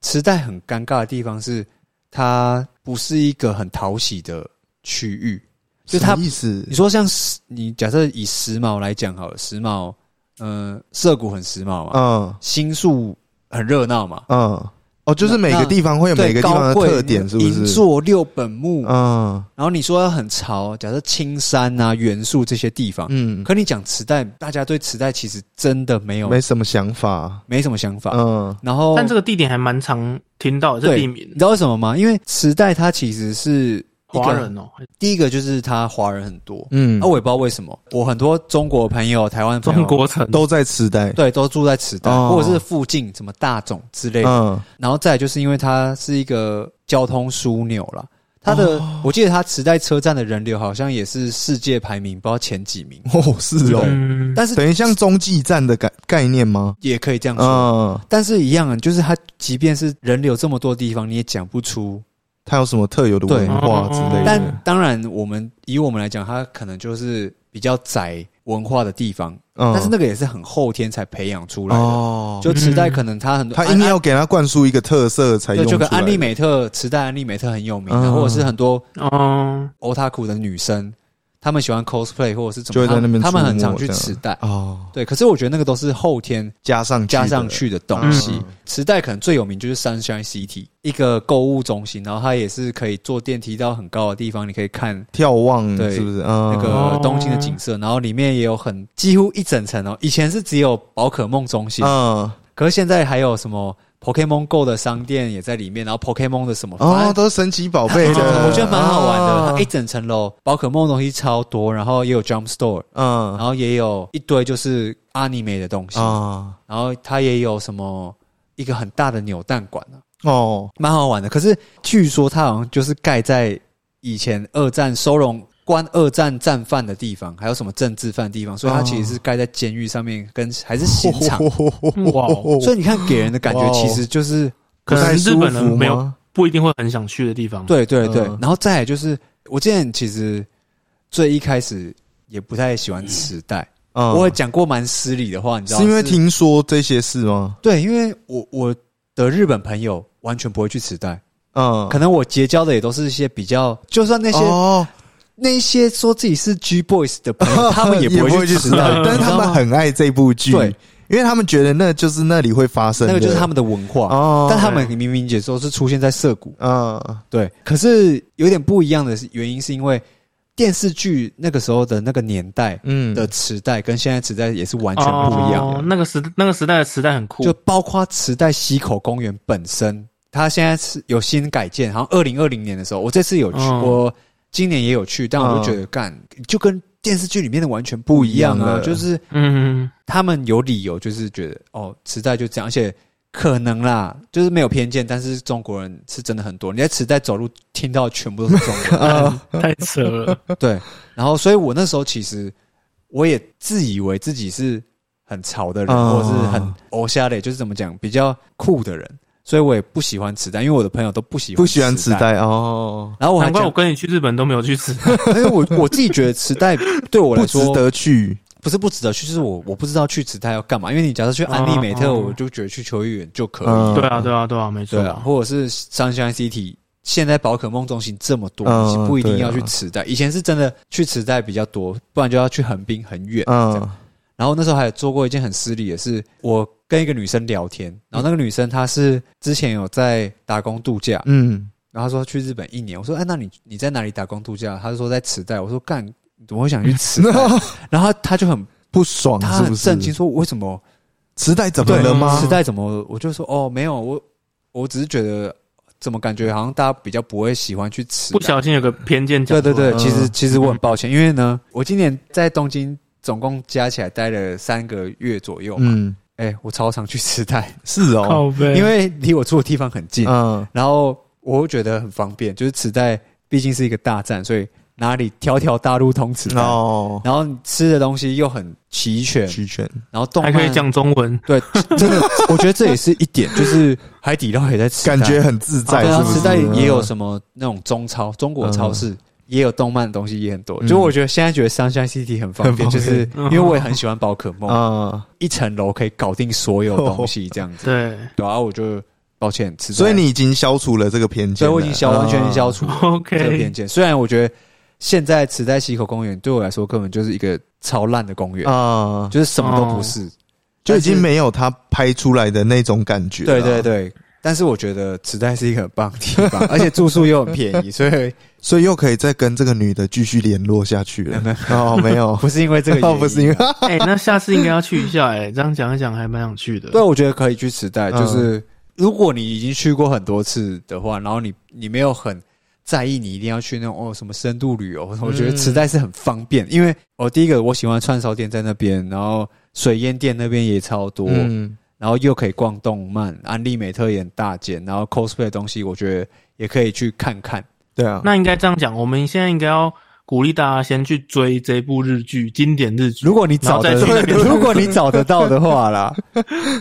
[SPEAKER 1] 池袋很尴尬的地方是，它不是一个很讨喜的区域。就
[SPEAKER 2] 什
[SPEAKER 1] 他
[SPEAKER 2] 么意思
[SPEAKER 1] 你，说像时你假设以时髦来讲好了，时髦，呃，涩谷很时髦嘛，
[SPEAKER 2] 嗯
[SPEAKER 1] 新宿很热闹嘛，
[SPEAKER 2] 嗯，哦，就是
[SPEAKER 1] 那
[SPEAKER 2] 每个地方会有
[SPEAKER 1] 对
[SPEAKER 2] 每个地方的
[SPEAKER 1] 高贵啊
[SPEAKER 2] 特点，是不
[SPEAKER 1] 银
[SPEAKER 2] 是？
[SPEAKER 1] 座六本木，
[SPEAKER 2] 嗯
[SPEAKER 1] 然后你说要很潮，假设青山啊、元素这些地方，
[SPEAKER 2] 嗯，
[SPEAKER 1] 可你讲池袋，大家对池袋其实真的没有
[SPEAKER 2] 没什么想法，
[SPEAKER 1] 没什么想法。
[SPEAKER 2] 嗯
[SPEAKER 1] 然后，
[SPEAKER 3] 但这个地点还蛮常听到的，这
[SPEAKER 1] 对
[SPEAKER 3] 地名
[SPEAKER 1] 你知，道为什么吗？因为池袋它其实是一
[SPEAKER 3] 华
[SPEAKER 1] 个
[SPEAKER 3] 人哦，
[SPEAKER 1] 第一个就是他华人很多，
[SPEAKER 2] 嗯
[SPEAKER 1] 啊，，我也不知道为什么，我很多中国朋友、台湾朋友
[SPEAKER 3] 中国城
[SPEAKER 2] 都在痴呆，
[SPEAKER 1] 对都住在池袋、
[SPEAKER 2] 哦
[SPEAKER 1] 或者是附近什么大冢之类的、
[SPEAKER 2] 嗯
[SPEAKER 1] 然后再来就是因为它是一个交通枢纽啦，它的、
[SPEAKER 2] 哦
[SPEAKER 1] 我记得它池袋车站的人流好像也是世界排名不知道前几名，
[SPEAKER 2] 哦，是哦，
[SPEAKER 3] 嗯，
[SPEAKER 1] 但是
[SPEAKER 2] 等于像中继站的概概念吗？
[SPEAKER 1] 也可以这样说。
[SPEAKER 2] 嗯，
[SPEAKER 1] 但是，一样啊，就是它，即便是人流这么多地方，你也讲不出。
[SPEAKER 2] 它有什么特有的文化之类的？
[SPEAKER 3] 对
[SPEAKER 1] 但当然，我们以我们来讲，它可能就是比较窄文化的地方，
[SPEAKER 2] 嗯
[SPEAKER 1] 但是那个也是很后天才培养出来的。
[SPEAKER 2] 哦，
[SPEAKER 1] 就磁带可能他很多，
[SPEAKER 2] 他
[SPEAKER 1] 安
[SPEAKER 2] 硬要给它灌输一个特色才
[SPEAKER 1] 安
[SPEAKER 2] 用
[SPEAKER 1] 对，就
[SPEAKER 2] 出
[SPEAKER 1] 跟
[SPEAKER 2] 来。
[SPEAKER 1] 安利美特磁带，安利美特很有名，啊
[SPEAKER 2] 嗯
[SPEAKER 1] 然后或者是很多
[SPEAKER 3] 哦，
[SPEAKER 1] 欧塔库的女生，他们喜欢 cosplay 或者是怎
[SPEAKER 2] 就
[SPEAKER 1] 么，
[SPEAKER 2] 会在那边
[SPEAKER 1] 他们
[SPEAKER 2] 出
[SPEAKER 1] 很常
[SPEAKER 2] 没
[SPEAKER 1] 去
[SPEAKER 2] 这样
[SPEAKER 1] 磁带。
[SPEAKER 2] 哦，
[SPEAKER 1] 对，可是我觉得那个都是后天
[SPEAKER 2] 加上
[SPEAKER 1] 加上去的东西
[SPEAKER 2] 嗯。
[SPEAKER 1] 磁带可能最有名就是 Sunshine City，一个购物中心，然后它也是可以坐电梯到很高的地方，你可以看
[SPEAKER 2] 眺望，
[SPEAKER 1] 对
[SPEAKER 2] 是不是？嗯，
[SPEAKER 1] 那个东京的景色，然后里面也有很几乎一整层哦。以前是只有宝可梦中心，
[SPEAKER 2] 嗯，
[SPEAKER 1] 可是现在还有什么 Pokemon Go 的商店也在里面，然后 Pokemon 的什么，反
[SPEAKER 2] 哦，
[SPEAKER 1] 正
[SPEAKER 2] 都是神奇宝
[SPEAKER 1] 它
[SPEAKER 2] 贝
[SPEAKER 1] 一整层
[SPEAKER 2] 的，
[SPEAKER 1] 哎我觉得蛮好玩的。它一
[SPEAKER 2] 哦
[SPEAKER 1] 整层楼宝可梦的东西超多，然后也有 Jump Store，然
[SPEAKER 2] 嗯
[SPEAKER 1] 后也有一堆就是阿尼美的东西，
[SPEAKER 2] 啊
[SPEAKER 1] 然后它也有什么一个很大的扭蛋馆啊，
[SPEAKER 2] 哦，
[SPEAKER 1] 蛮好玩的。可是据说它好像就是盖在以前二战收容关二战战犯的地方，还有什么政治犯的地方，所以它
[SPEAKER 2] 哦
[SPEAKER 1] 其实是盖在监狱上面，跟还是刑 场。
[SPEAKER 3] 哇哦
[SPEAKER 1] 所以你看给人的感
[SPEAKER 2] 哇
[SPEAKER 1] 觉
[SPEAKER 2] 哦
[SPEAKER 1] 其实就是
[SPEAKER 3] 可能
[SPEAKER 2] 太舒
[SPEAKER 3] 日本人
[SPEAKER 2] 服
[SPEAKER 3] 没有
[SPEAKER 2] 吗
[SPEAKER 3] 不一定会很想去的地方。，
[SPEAKER 1] 对对对
[SPEAKER 2] 嗯，
[SPEAKER 1] 然后再来就是，我之前其实最一开始也不太喜欢磁带，
[SPEAKER 2] 嗯
[SPEAKER 1] 我也讲过蛮失礼的话，你知道
[SPEAKER 2] 是因为听说这些事吗？
[SPEAKER 1] 对，因为我我的日本朋友完全不会去磁带，
[SPEAKER 2] 嗯，
[SPEAKER 1] 可能我结交的也都是一些比较，就算那些、
[SPEAKER 2] 哦，
[SPEAKER 1] 那一些说自己是 G Boys 的朋 友，他们也
[SPEAKER 2] 也
[SPEAKER 1] 不
[SPEAKER 2] 不
[SPEAKER 1] 会
[SPEAKER 2] 会
[SPEAKER 1] 去
[SPEAKER 2] 去
[SPEAKER 1] 磁
[SPEAKER 2] 知
[SPEAKER 1] 带
[SPEAKER 2] 道，，但是
[SPEAKER 1] 你知
[SPEAKER 2] 他
[SPEAKER 1] 道
[SPEAKER 2] 们
[SPEAKER 1] 吗
[SPEAKER 2] 很爱这部剧，
[SPEAKER 1] 对
[SPEAKER 2] 因为他们觉得那就是那里会发生
[SPEAKER 1] 那
[SPEAKER 2] 的，
[SPEAKER 1] 个就是他们的文化，
[SPEAKER 2] 哦，
[SPEAKER 1] 但他们明明也说是出现在涩谷，
[SPEAKER 2] 嗯
[SPEAKER 1] 对，可是有点不一样的是原因是因为电视剧那个时候的那个年代。
[SPEAKER 2] 嗯
[SPEAKER 1] 的磁带跟现在磁带也是完全不一样的，
[SPEAKER 3] 哦。那个时那个时代的时代很酷，
[SPEAKER 1] 就包括磁带溪口公园本身，它现在是有新改建，好像二零二零年的时候，我这次有去，
[SPEAKER 2] 哦
[SPEAKER 3] 嗯
[SPEAKER 1] 我今年也有去，但我就
[SPEAKER 2] 嗯
[SPEAKER 1] 觉得干就跟电视剧里面的完全不一样
[SPEAKER 2] 不一样
[SPEAKER 1] 啊，
[SPEAKER 2] 了
[SPEAKER 1] 就是
[SPEAKER 3] 嗯，
[SPEAKER 1] 他们有理由，就是觉得哦，磁带就这样，而且可能啦，就是没有偏见，但是中国人是真的很多，你在磁带走路听到全部都是中 国人，
[SPEAKER 3] 嗯 太扯了。
[SPEAKER 1] 对，然后所以我那时候其实我也自以为自己是很潮的人，
[SPEAKER 2] 嗯
[SPEAKER 1] 或者是很欧夏的，就是怎么讲比较酷的人，所以我也不喜欢磁带，因为我的朋友都不喜欢
[SPEAKER 2] 不喜欢
[SPEAKER 1] 磁
[SPEAKER 2] 磁。带哦，
[SPEAKER 1] 然后我还
[SPEAKER 3] 难怪我
[SPEAKER 1] 讲，
[SPEAKER 3] 跟你去日本都没有去吃，
[SPEAKER 1] 因为我我自己觉得磁带 对我来
[SPEAKER 2] 不值
[SPEAKER 1] 说
[SPEAKER 2] 得去，
[SPEAKER 1] 不是不值得去，就是我我不知道去磁带要干嘛。因为你假设去安利美特，
[SPEAKER 3] 嗯嗯
[SPEAKER 1] 我就觉得去球员就可以，
[SPEAKER 2] 嗯
[SPEAKER 3] 对啊，对啊，对啊，没错
[SPEAKER 1] 对啊，，或者是三湘 CT。现在宝可梦中心这么多，
[SPEAKER 2] 嗯
[SPEAKER 1] 你不一定要去
[SPEAKER 2] 对啊
[SPEAKER 1] 磁带。以前是真的去磁带比较多，不然就要去横滨很远。这样
[SPEAKER 2] 嗯
[SPEAKER 1] 然后那时候还有做过一件很失礼的事，我跟一个女生聊天，然后那个女生她是之前有在打工度假，
[SPEAKER 2] 嗯，
[SPEAKER 1] 然后她说去日本一年，我说哎，那你你在哪里打工度假？她就说在磁带，我说干，你怎么会想去 磁带？然后她她就很
[SPEAKER 2] 不爽
[SPEAKER 1] 她
[SPEAKER 2] 是
[SPEAKER 1] 很
[SPEAKER 2] 不
[SPEAKER 1] 震惊，
[SPEAKER 2] 是？
[SPEAKER 1] 说为什么
[SPEAKER 2] 磁带怎么
[SPEAKER 3] 对
[SPEAKER 2] 了吗？
[SPEAKER 1] 磁带怎么？我就说哦，没有，我我只是觉得怎么感觉好像大家比较不会喜欢去磁
[SPEAKER 3] 不
[SPEAKER 1] 带。
[SPEAKER 3] 小心有个偏见讲
[SPEAKER 1] 对
[SPEAKER 3] 出
[SPEAKER 1] 对
[SPEAKER 3] 来。
[SPEAKER 1] 对，
[SPEAKER 2] 嗯
[SPEAKER 1] 其实其实我很抱歉，因为呢，我今年在东京总共加起来待了三个月左右嘛，
[SPEAKER 2] 嗯，
[SPEAKER 1] 哎、我超常去磁带。
[SPEAKER 2] 是哦，
[SPEAKER 3] 靠背，
[SPEAKER 1] 因为离我住的地方很嗯近，
[SPEAKER 2] 嗯
[SPEAKER 1] 然后我会觉得很方便，就是磁带毕竟是一个大站，所以哪里条条大路通磁带，
[SPEAKER 2] 哦，
[SPEAKER 1] 然后你吃的东西又很齐全，
[SPEAKER 2] 齐全，
[SPEAKER 1] 然后动
[SPEAKER 3] 还
[SPEAKER 1] 漫
[SPEAKER 3] 可以讲中文，
[SPEAKER 1] 对，真的，我觉得这也是一点，就是海底捞也在磁带，
[SPEAKER 2] 感觉很自在，
[SPEAKER 1] 对啊，
[SPEAKER 2] 是不是
[SPEAKER 1] 磁带也有什么那种中超、中国超市。也有动漫的东西也很多，
[SPEAKER 2] 嗯
[SPEAKER 1] 就我觉得现在觉得三湘 CT 很方便，
[SPEAKER 2] 很方便
[SPEAKER 1] 就是因为我也很喜欢宝可梦，
[SPEAKER 2] 啊？
[SPEAKER 1] 一层楼可以搞定所有东 西这样子。
[SPEAKER 3] 对，
[SPEAKER 1] 对啊，我就抱歉，磁带
[SPEAKER 2] 所以你已啊经消除了这个偏见
[SPEAKER 1] 所以
[SPEAKER 2] 了，
[SPEAKER 1] 我已经消完全消除
[SPEAKER 3] OK
[SPEAKER 1] 这个偏见。虽然我觉得现在池袋溪口公园对我来说根本就是一个超烂的公园，
[SPEAKER 2] 啊，
[SPEAKER 1] 就是什么都不是，
[SPEAKER 2] 就
[SPEAKER 1] 但
[SPEAKER 2] 已
[SPEAKER 1] 是
[SPEAKER 2] 经没有他拍出来的那种感觉。
[SPEAKER 1] 对对，对。但是我觉得池袋是一个很棒的地方，而且住宿又很便宜，所以
[SPEAKER 2] 所以又可以再跟这个女的继续联络下去了。哦，没有，
[SPEAKER 1] 不是因为这个原
[SPEAKER 2] 哦
[SPEAKER 1] 因， 啊
[SPEAKER 2] 不是因为
[SPEAKER 3] 哎，那下次应该要去一下，哎，这样讲一讲还蛮想去的。
[SPEAKER 1] 对，我觉得可以去池袋。
[SPEAKER 2] 嗯
[SPEAKER 1] 就是如果你已经去过很多次的话，然后你你没有很在意，你一定要去那种哦什么深度旅游，我觉得池袋是很方便。因为哦，第一个我喜欢串烧店在那边，然后水烟店那边也超多，
[SPEAKER 2] 嗯
[SPEAKER 1] 然后又可以逛动漫，安利美特也很大间，然后 cosplay 的东西我觉得也可以去看看。
[SPEAKER 2] 对啊。
[SPEAKER 3] 那应该这样讲，我们现在应该要鼓励大家先去追这部日剧，经典日剧。
[SPEAKER 1] 如果你找得
[SPEAKER 3] 然后再去那边
[SPEAKER 1] 如果你找得到的话啦，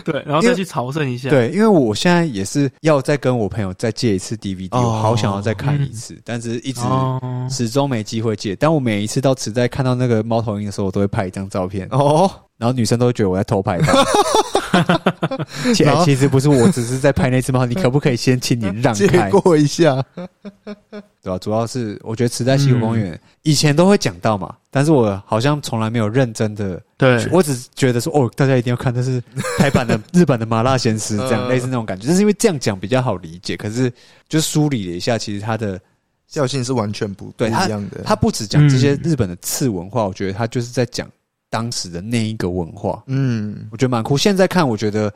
[SPEAKER 3] 对，然后再去朝圣一下。，
[SPEAKER 1] 对，因为我现在也是要再跟我朋友再借一次 DVD，、
[SPEAKER 2] 哦
[SPEAKER 1] 我好想要再看一次，但是一直
[SPEAKER 3] 哦，
[SPEAKER 1] 始终没机会借。但我每一次到磁带看到那个猫头鹰的时候，我都会拍一张照片，
[SPEAKER 2] 哦，
[SPEAKER 1] 然后女生都会觉得我在偷拍 她。 其
[SPEAKER 2] 然后
[SPEAKER 1] 其实不是，我只是在拍那只猫，你可不可以先请你让
[SPEAKER 2] 借
[SPEAKER 1] 开？
[SPEAKER 2] 过一下，
[SPEAKER 1] 对吧、主要是我觉得池袋西湖公
[SPEAKER 2] 嗯
[SPEAKER 1] 园、以前都会讲到嘛，但是我好像从来没有认真的，
[SPEAKER 3] 对，
[SPEAKER 1] 我只觉得说哦，大家一定要看，这 是台版的日本的麻辣鲜师这样、
[SPEAKER 2] 呃
[SPEAKER 1] 类似那种感觉，就是因为这样讲比较好理解，可是就梳理了一下，其实它的
[SPEAKER 2] 调性是完全不不
[SPEAKER 1] 对
[SPEAKER 2] 一
[SPEAKER 1] 他
[SPEAKER 2] 样的。
[SPEAKER 1] 它不只讲这些
[SPEAKER 3] 嗯
[SPEAKER 1] 日本的次文化，我觉得它就是在讲当时的那一个文化，
[SPEAKER 2] 嗯，
[SPEAKER 1] 我觉得蛮酷。现在看，我觉得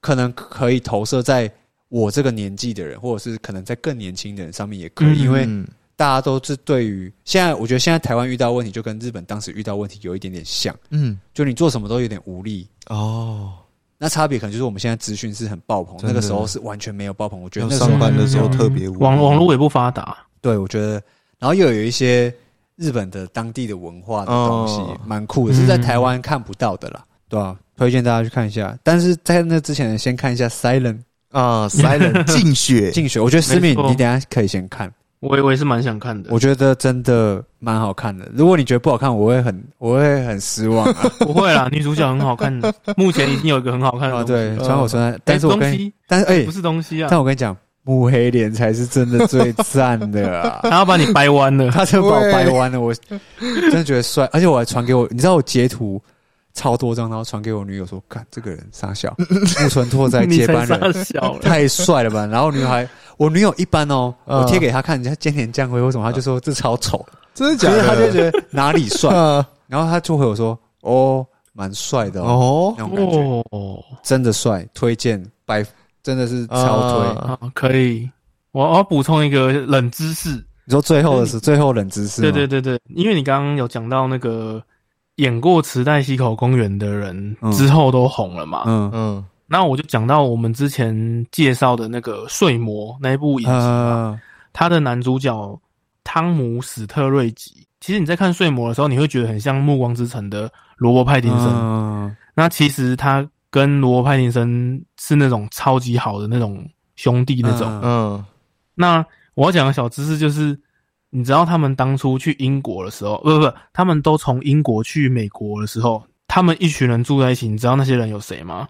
[SPEAKER 1] 可能可以投射在我这个年纪的人，或者是可能在更年轻的人上面也可以，
[SPEAKER 3] 嗯
[SPEAKER 1] 因为
[SPEAKER 2] 嗯
[SPEAKER 1] 大家都是对于现在，我觉得现在台湾遇到问题就跟日本当时遇到问题有一点点像，
[SPEAKER 2] 嗯
[SPEAKER 1] 就你做什么都有点无力。
[SPEAKER 2] 哦，
[SPEAKER 1] 那差别可能就是我们现在资讯是很爆棚，
[SPEAKER 2] 真的
[SPEAKER 1] 那个时候是完全没有爆棚。我觉得
[SPEAKER 2] 要
[SPEAKER 1] 那时候
[SPEAKER 2] 上班的时候
[SPEAKER 3] 嗯
[SPEAKER 2] 特别无
[SPEAKER 3] 网
[SPEAKER 2] 聊
[SPEAKER 3] 网络也不发达，
[SPEAKER 1] 对，我觉得，然后又有一些日本的当地的文化的东西
[SPEAKER 2] 哦，
[SPEAKER 1] 蛮、酷的，是在
[SPEAKER 3] 嗯
[SPEAKER 1] 台湾看不到的啦，对吧、推荐大家去看一下，但是在那之前，先看一下《Silent
[SPEAKER 2] 啊，Silent 静雪，
[SPEAKER 1] 竞选》，我觉得思敏，
[SPEAKER 3] 没错
[SPEAKER 1] 你等一下可以先看，
[SPEAKER 3] 我也我也是蛮想看的。
[SPEAKER 1] 我觉得真的蛮好看的。如果你觉得不好看，我会很我会很失望啊。
[SPEAKER 3] 不会啦，女主角很好看的，目前已经有一个很好看的
[SPEAKER 1] 啊
[SPEAKER 3] 东西
[SPEAKER 1] 对，川口春奈，
[SPEAKER 3] 哎
[SPEAKER 1] 但是我
[SPEAKER 3] 东
[SPEAKER 1] 跟
[SPEAKER 3] 西
[SPEAKER 1] 但是哎、
[SPEAKER 3] 不是东西啊，
[SPEAKER 1] 但我跟你讲，木黑脸才是真的最赞的啊。
[SPEAKER 3] 然后把你掰弯了。
[SPEAKER 1] 他真的把我掰弯了，我真的觉得帅，而且我还传给我，你知道我截图超多张，然后传给我女友说，看这个人傻小，木村拓哉
[SPEAKER 3] 你
[SPEAKER 1] 接
[SPEAKER 3] 才
[SPEAKER 1] 班人
[SPEAKER 3] 傻，笑了，
[SPEAKER 1] 太帅了吧？然后女孩，我女友一般哦，
[SPEAKER 2] 嗯
[SPEAKER 1] 我贴给她看，人家菅田将晖为什么，她就说这超丑，
[SPEAKER 2] 真的
[SPEAKER 1] 就
[SPEAKER 2] 假
[SPEAKER 1] 是
[SPEAKER 2] 的？
[SPEAKER 1] 她就觉得哪里帅，
[SPEAKER 2] 啊
[SPEAKER 1] 然后她就回我说，哦，蛮帅的哦，
[SPEAKER 2] 哦
[SPEAKER 1] 那种感觉，
[SPEAKER 3] 哦，
[SPEAKER 1] 真的帅，推荐百，真的是超推。
[SPEAKER 2] 啊
[SPEAKER 3] 啊，可以。我我要补充一个冷知识，
[SPEAKER 1] 你说最后的是最后冷知识吗，
[SPEAKER 3] 对对对对，因为你刚刚有讲到那个演过池袋西口公园的人
[SPEAKER 1] 嗯
[SPEAKER 3] 之后都红了嘛，
[SPEAKER 1] 嗯
[SPEAKER 2] 嗯
[SPEAKER 3] 那我就讲到我们之前介绍的那个《睡魔》那一部影集嘛，
[SPEAKER 1] 呃
[SPEAKER 3] 它的男主角汤姆·史特瑞吉。其实你在看《睡魔》的时候，你会觉得很像《暮光之城》的罗伯·派丁森。
[SPEAKER 1] 嗯
[SPEAKER 3] 那其实他跟罗伯·派丁森是那种超级好的那种兄弟那种。
[SPEAKER 1] 嗯
[SPEAKER 2] 嗯
[SPEAKER 3] 那我要讲的小知识就是，你知道他们当初去英国的时候，不不不，他们都从英国去美国的时候，他们一群人住在一起，你知道那些人有谁吗？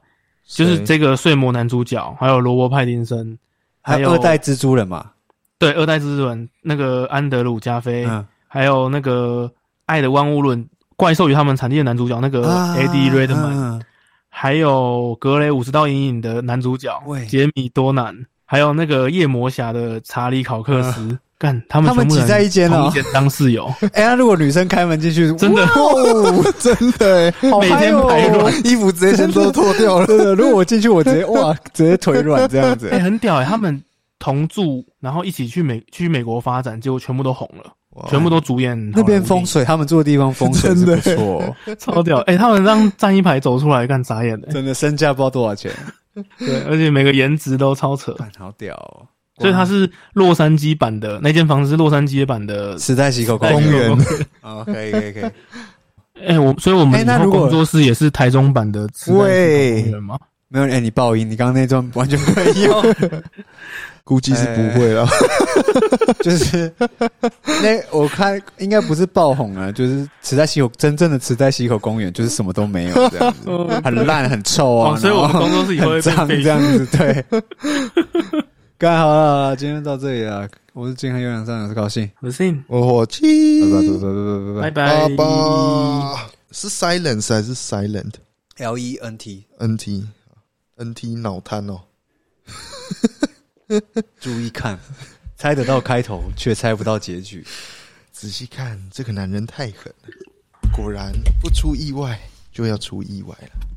[SPEAKER 3] 就是这个睡魔男主角，还有罗伯·派丁森，
[SPEAKER 1] 还
[SPEAKER 3] 还
[SPEAKER 1] 有
[SPEAKER 3] 有
[SPEAKER 1] 二代蜘蛛人嘛，
[SPEAKER 3] 对二代之人那个安德鲁·加菲，
[SPEAKER 1] 嗯。
[SPEAKER 3] 还有那个《爱的万物论》怪兽与他们产地的男主角那个 A.D. Redman，、
[SPEAKER 1] 啊
[SPEAKER 3] 还有格雷五十道阴影的男主角
[SPEAKER 1] 喂
[SPEAKER 3] 杰米·多南，还有那个夜魔侠的查理·考克斯，干他
[SPEAKER 1] 嗯
[SPEAKER 3] 们
[SPEAKER 1] 他们
[SPEAKER 3] 全部
[SPEAKER 1] 挤
[SPEAKER 3] 人
[SPEAKER 1] 在一间哦
[SPEAKER 3] 同一间当 室友，
[SPEAKER 1] 哎、那如果女生开门进去，
[SPEAKER 3] 真的
[SPEAKER 1] 哇哦，
[SPEAKER 2] 真的欸，
[SPEAKER 1] 好
[SPEAKER 3] 每
[SPEAKER 1] 嗨
[SPEAKER 3] 天
[SPEAKER 1] 哦！
[SPEAKER 3] 排卵
[SPEAKER 2] 衣服直接先都脱掉 了。
[SPEAKER 1] 真的，如果我进去，我直接哇，直接腿软这样子
[SPEAKER 3] 哎、。很屌哎、他们同住，然后一起去美去美国发展，结果全部都红了，
[SPEAKER 2] 哇
[SPEAKER 3] 全部都主演
[SPEAKER 1] 哦那边
[SPEAKER 3] 好莱坞
[SPEAKER 1] 风水，他们住的地方风水是不错哦，
[SPEAKER 3] 电影超屌哎、他们这样站一排走出来干傻眼的、
[SPEAKER 1] 真的身价不知道多少钱，
[SPEAKER 3] 对，而且每个颜值都超扯，
[SPEAKER 1] 干好屌、哦！
[SPEAKER 3] 所以它是洛杉矶版的那间房子是洛杉矶版的。
[SPEAKER 1] 时代西口公
[SPEAKER 2] 公
[SPEAKER 1] 园
[SPEAKER 2] 园
[SPEAKER 1] 啊，可以可以可以，
[SPEAKER 3] 哎、我所以我们
[SPEAKER 1] 哎
[SPEAKER 3] 以
[SPEAKER 1] 那
[SPEAKER 3] 后
[SPEAKER 1] 如果
[SPEAKER 3] 工作室也是台中版的池袋
[SPEAKER 2] 喂
[SPEAKER 3] 公园吗？
[SPEAKER 1] 没有哎、你爆音，你刚刚那段完全不一样，
[SPEAKER 2] 估计是不会了。
[SPEAKER 1] 就是那我看应该不是爆红啊，就是池袋西口真正的池袋西口公园就是什么都没有这样子，
[SPEAKER 3] 嗯
[SPEAKER 1] 很烂很臭啊，
[SPEAKER 3] 哦，所以我
[SPEAKER 1] 然
[SPEAKER 3] 们
[SPEAKER 1] 后
[SPEAKER 3] 工作室以后
[SPEAKER 1] 很
[SPEAKER 3] 会
[SPEAKER 1] 脏
[SPEAKER 3] 被
[SPEAKER 1] 这样子，对。 干好了好了，今天到这里了。我是健康优良上，我是高兴。
[SPEAKER 3] 我信，
[SPEAKER 2] 我
[SPEAKER 1] 拜
[SPEAKER 2] 火鸡，
[SPEAKER 1] 拜拜拜拜
[SPEAKER 3] 拜
[SPEAKER 1] 拜
[SPEAKER 2] 爸
[SPEAKER 3] 拜。
[SPEAKER 2] 爸是 silence 还是 silent？NT
[SPEAKER 1] 拜。L E N T，
[SPEAKER 2] NT 脑瘫哦，
[SPEAKER 1] 注意看，猜得到开头，却猜不到结局。
[SPEAKER 2] 仔细看，这个男人太狠了，果然不出意外就要出意外了。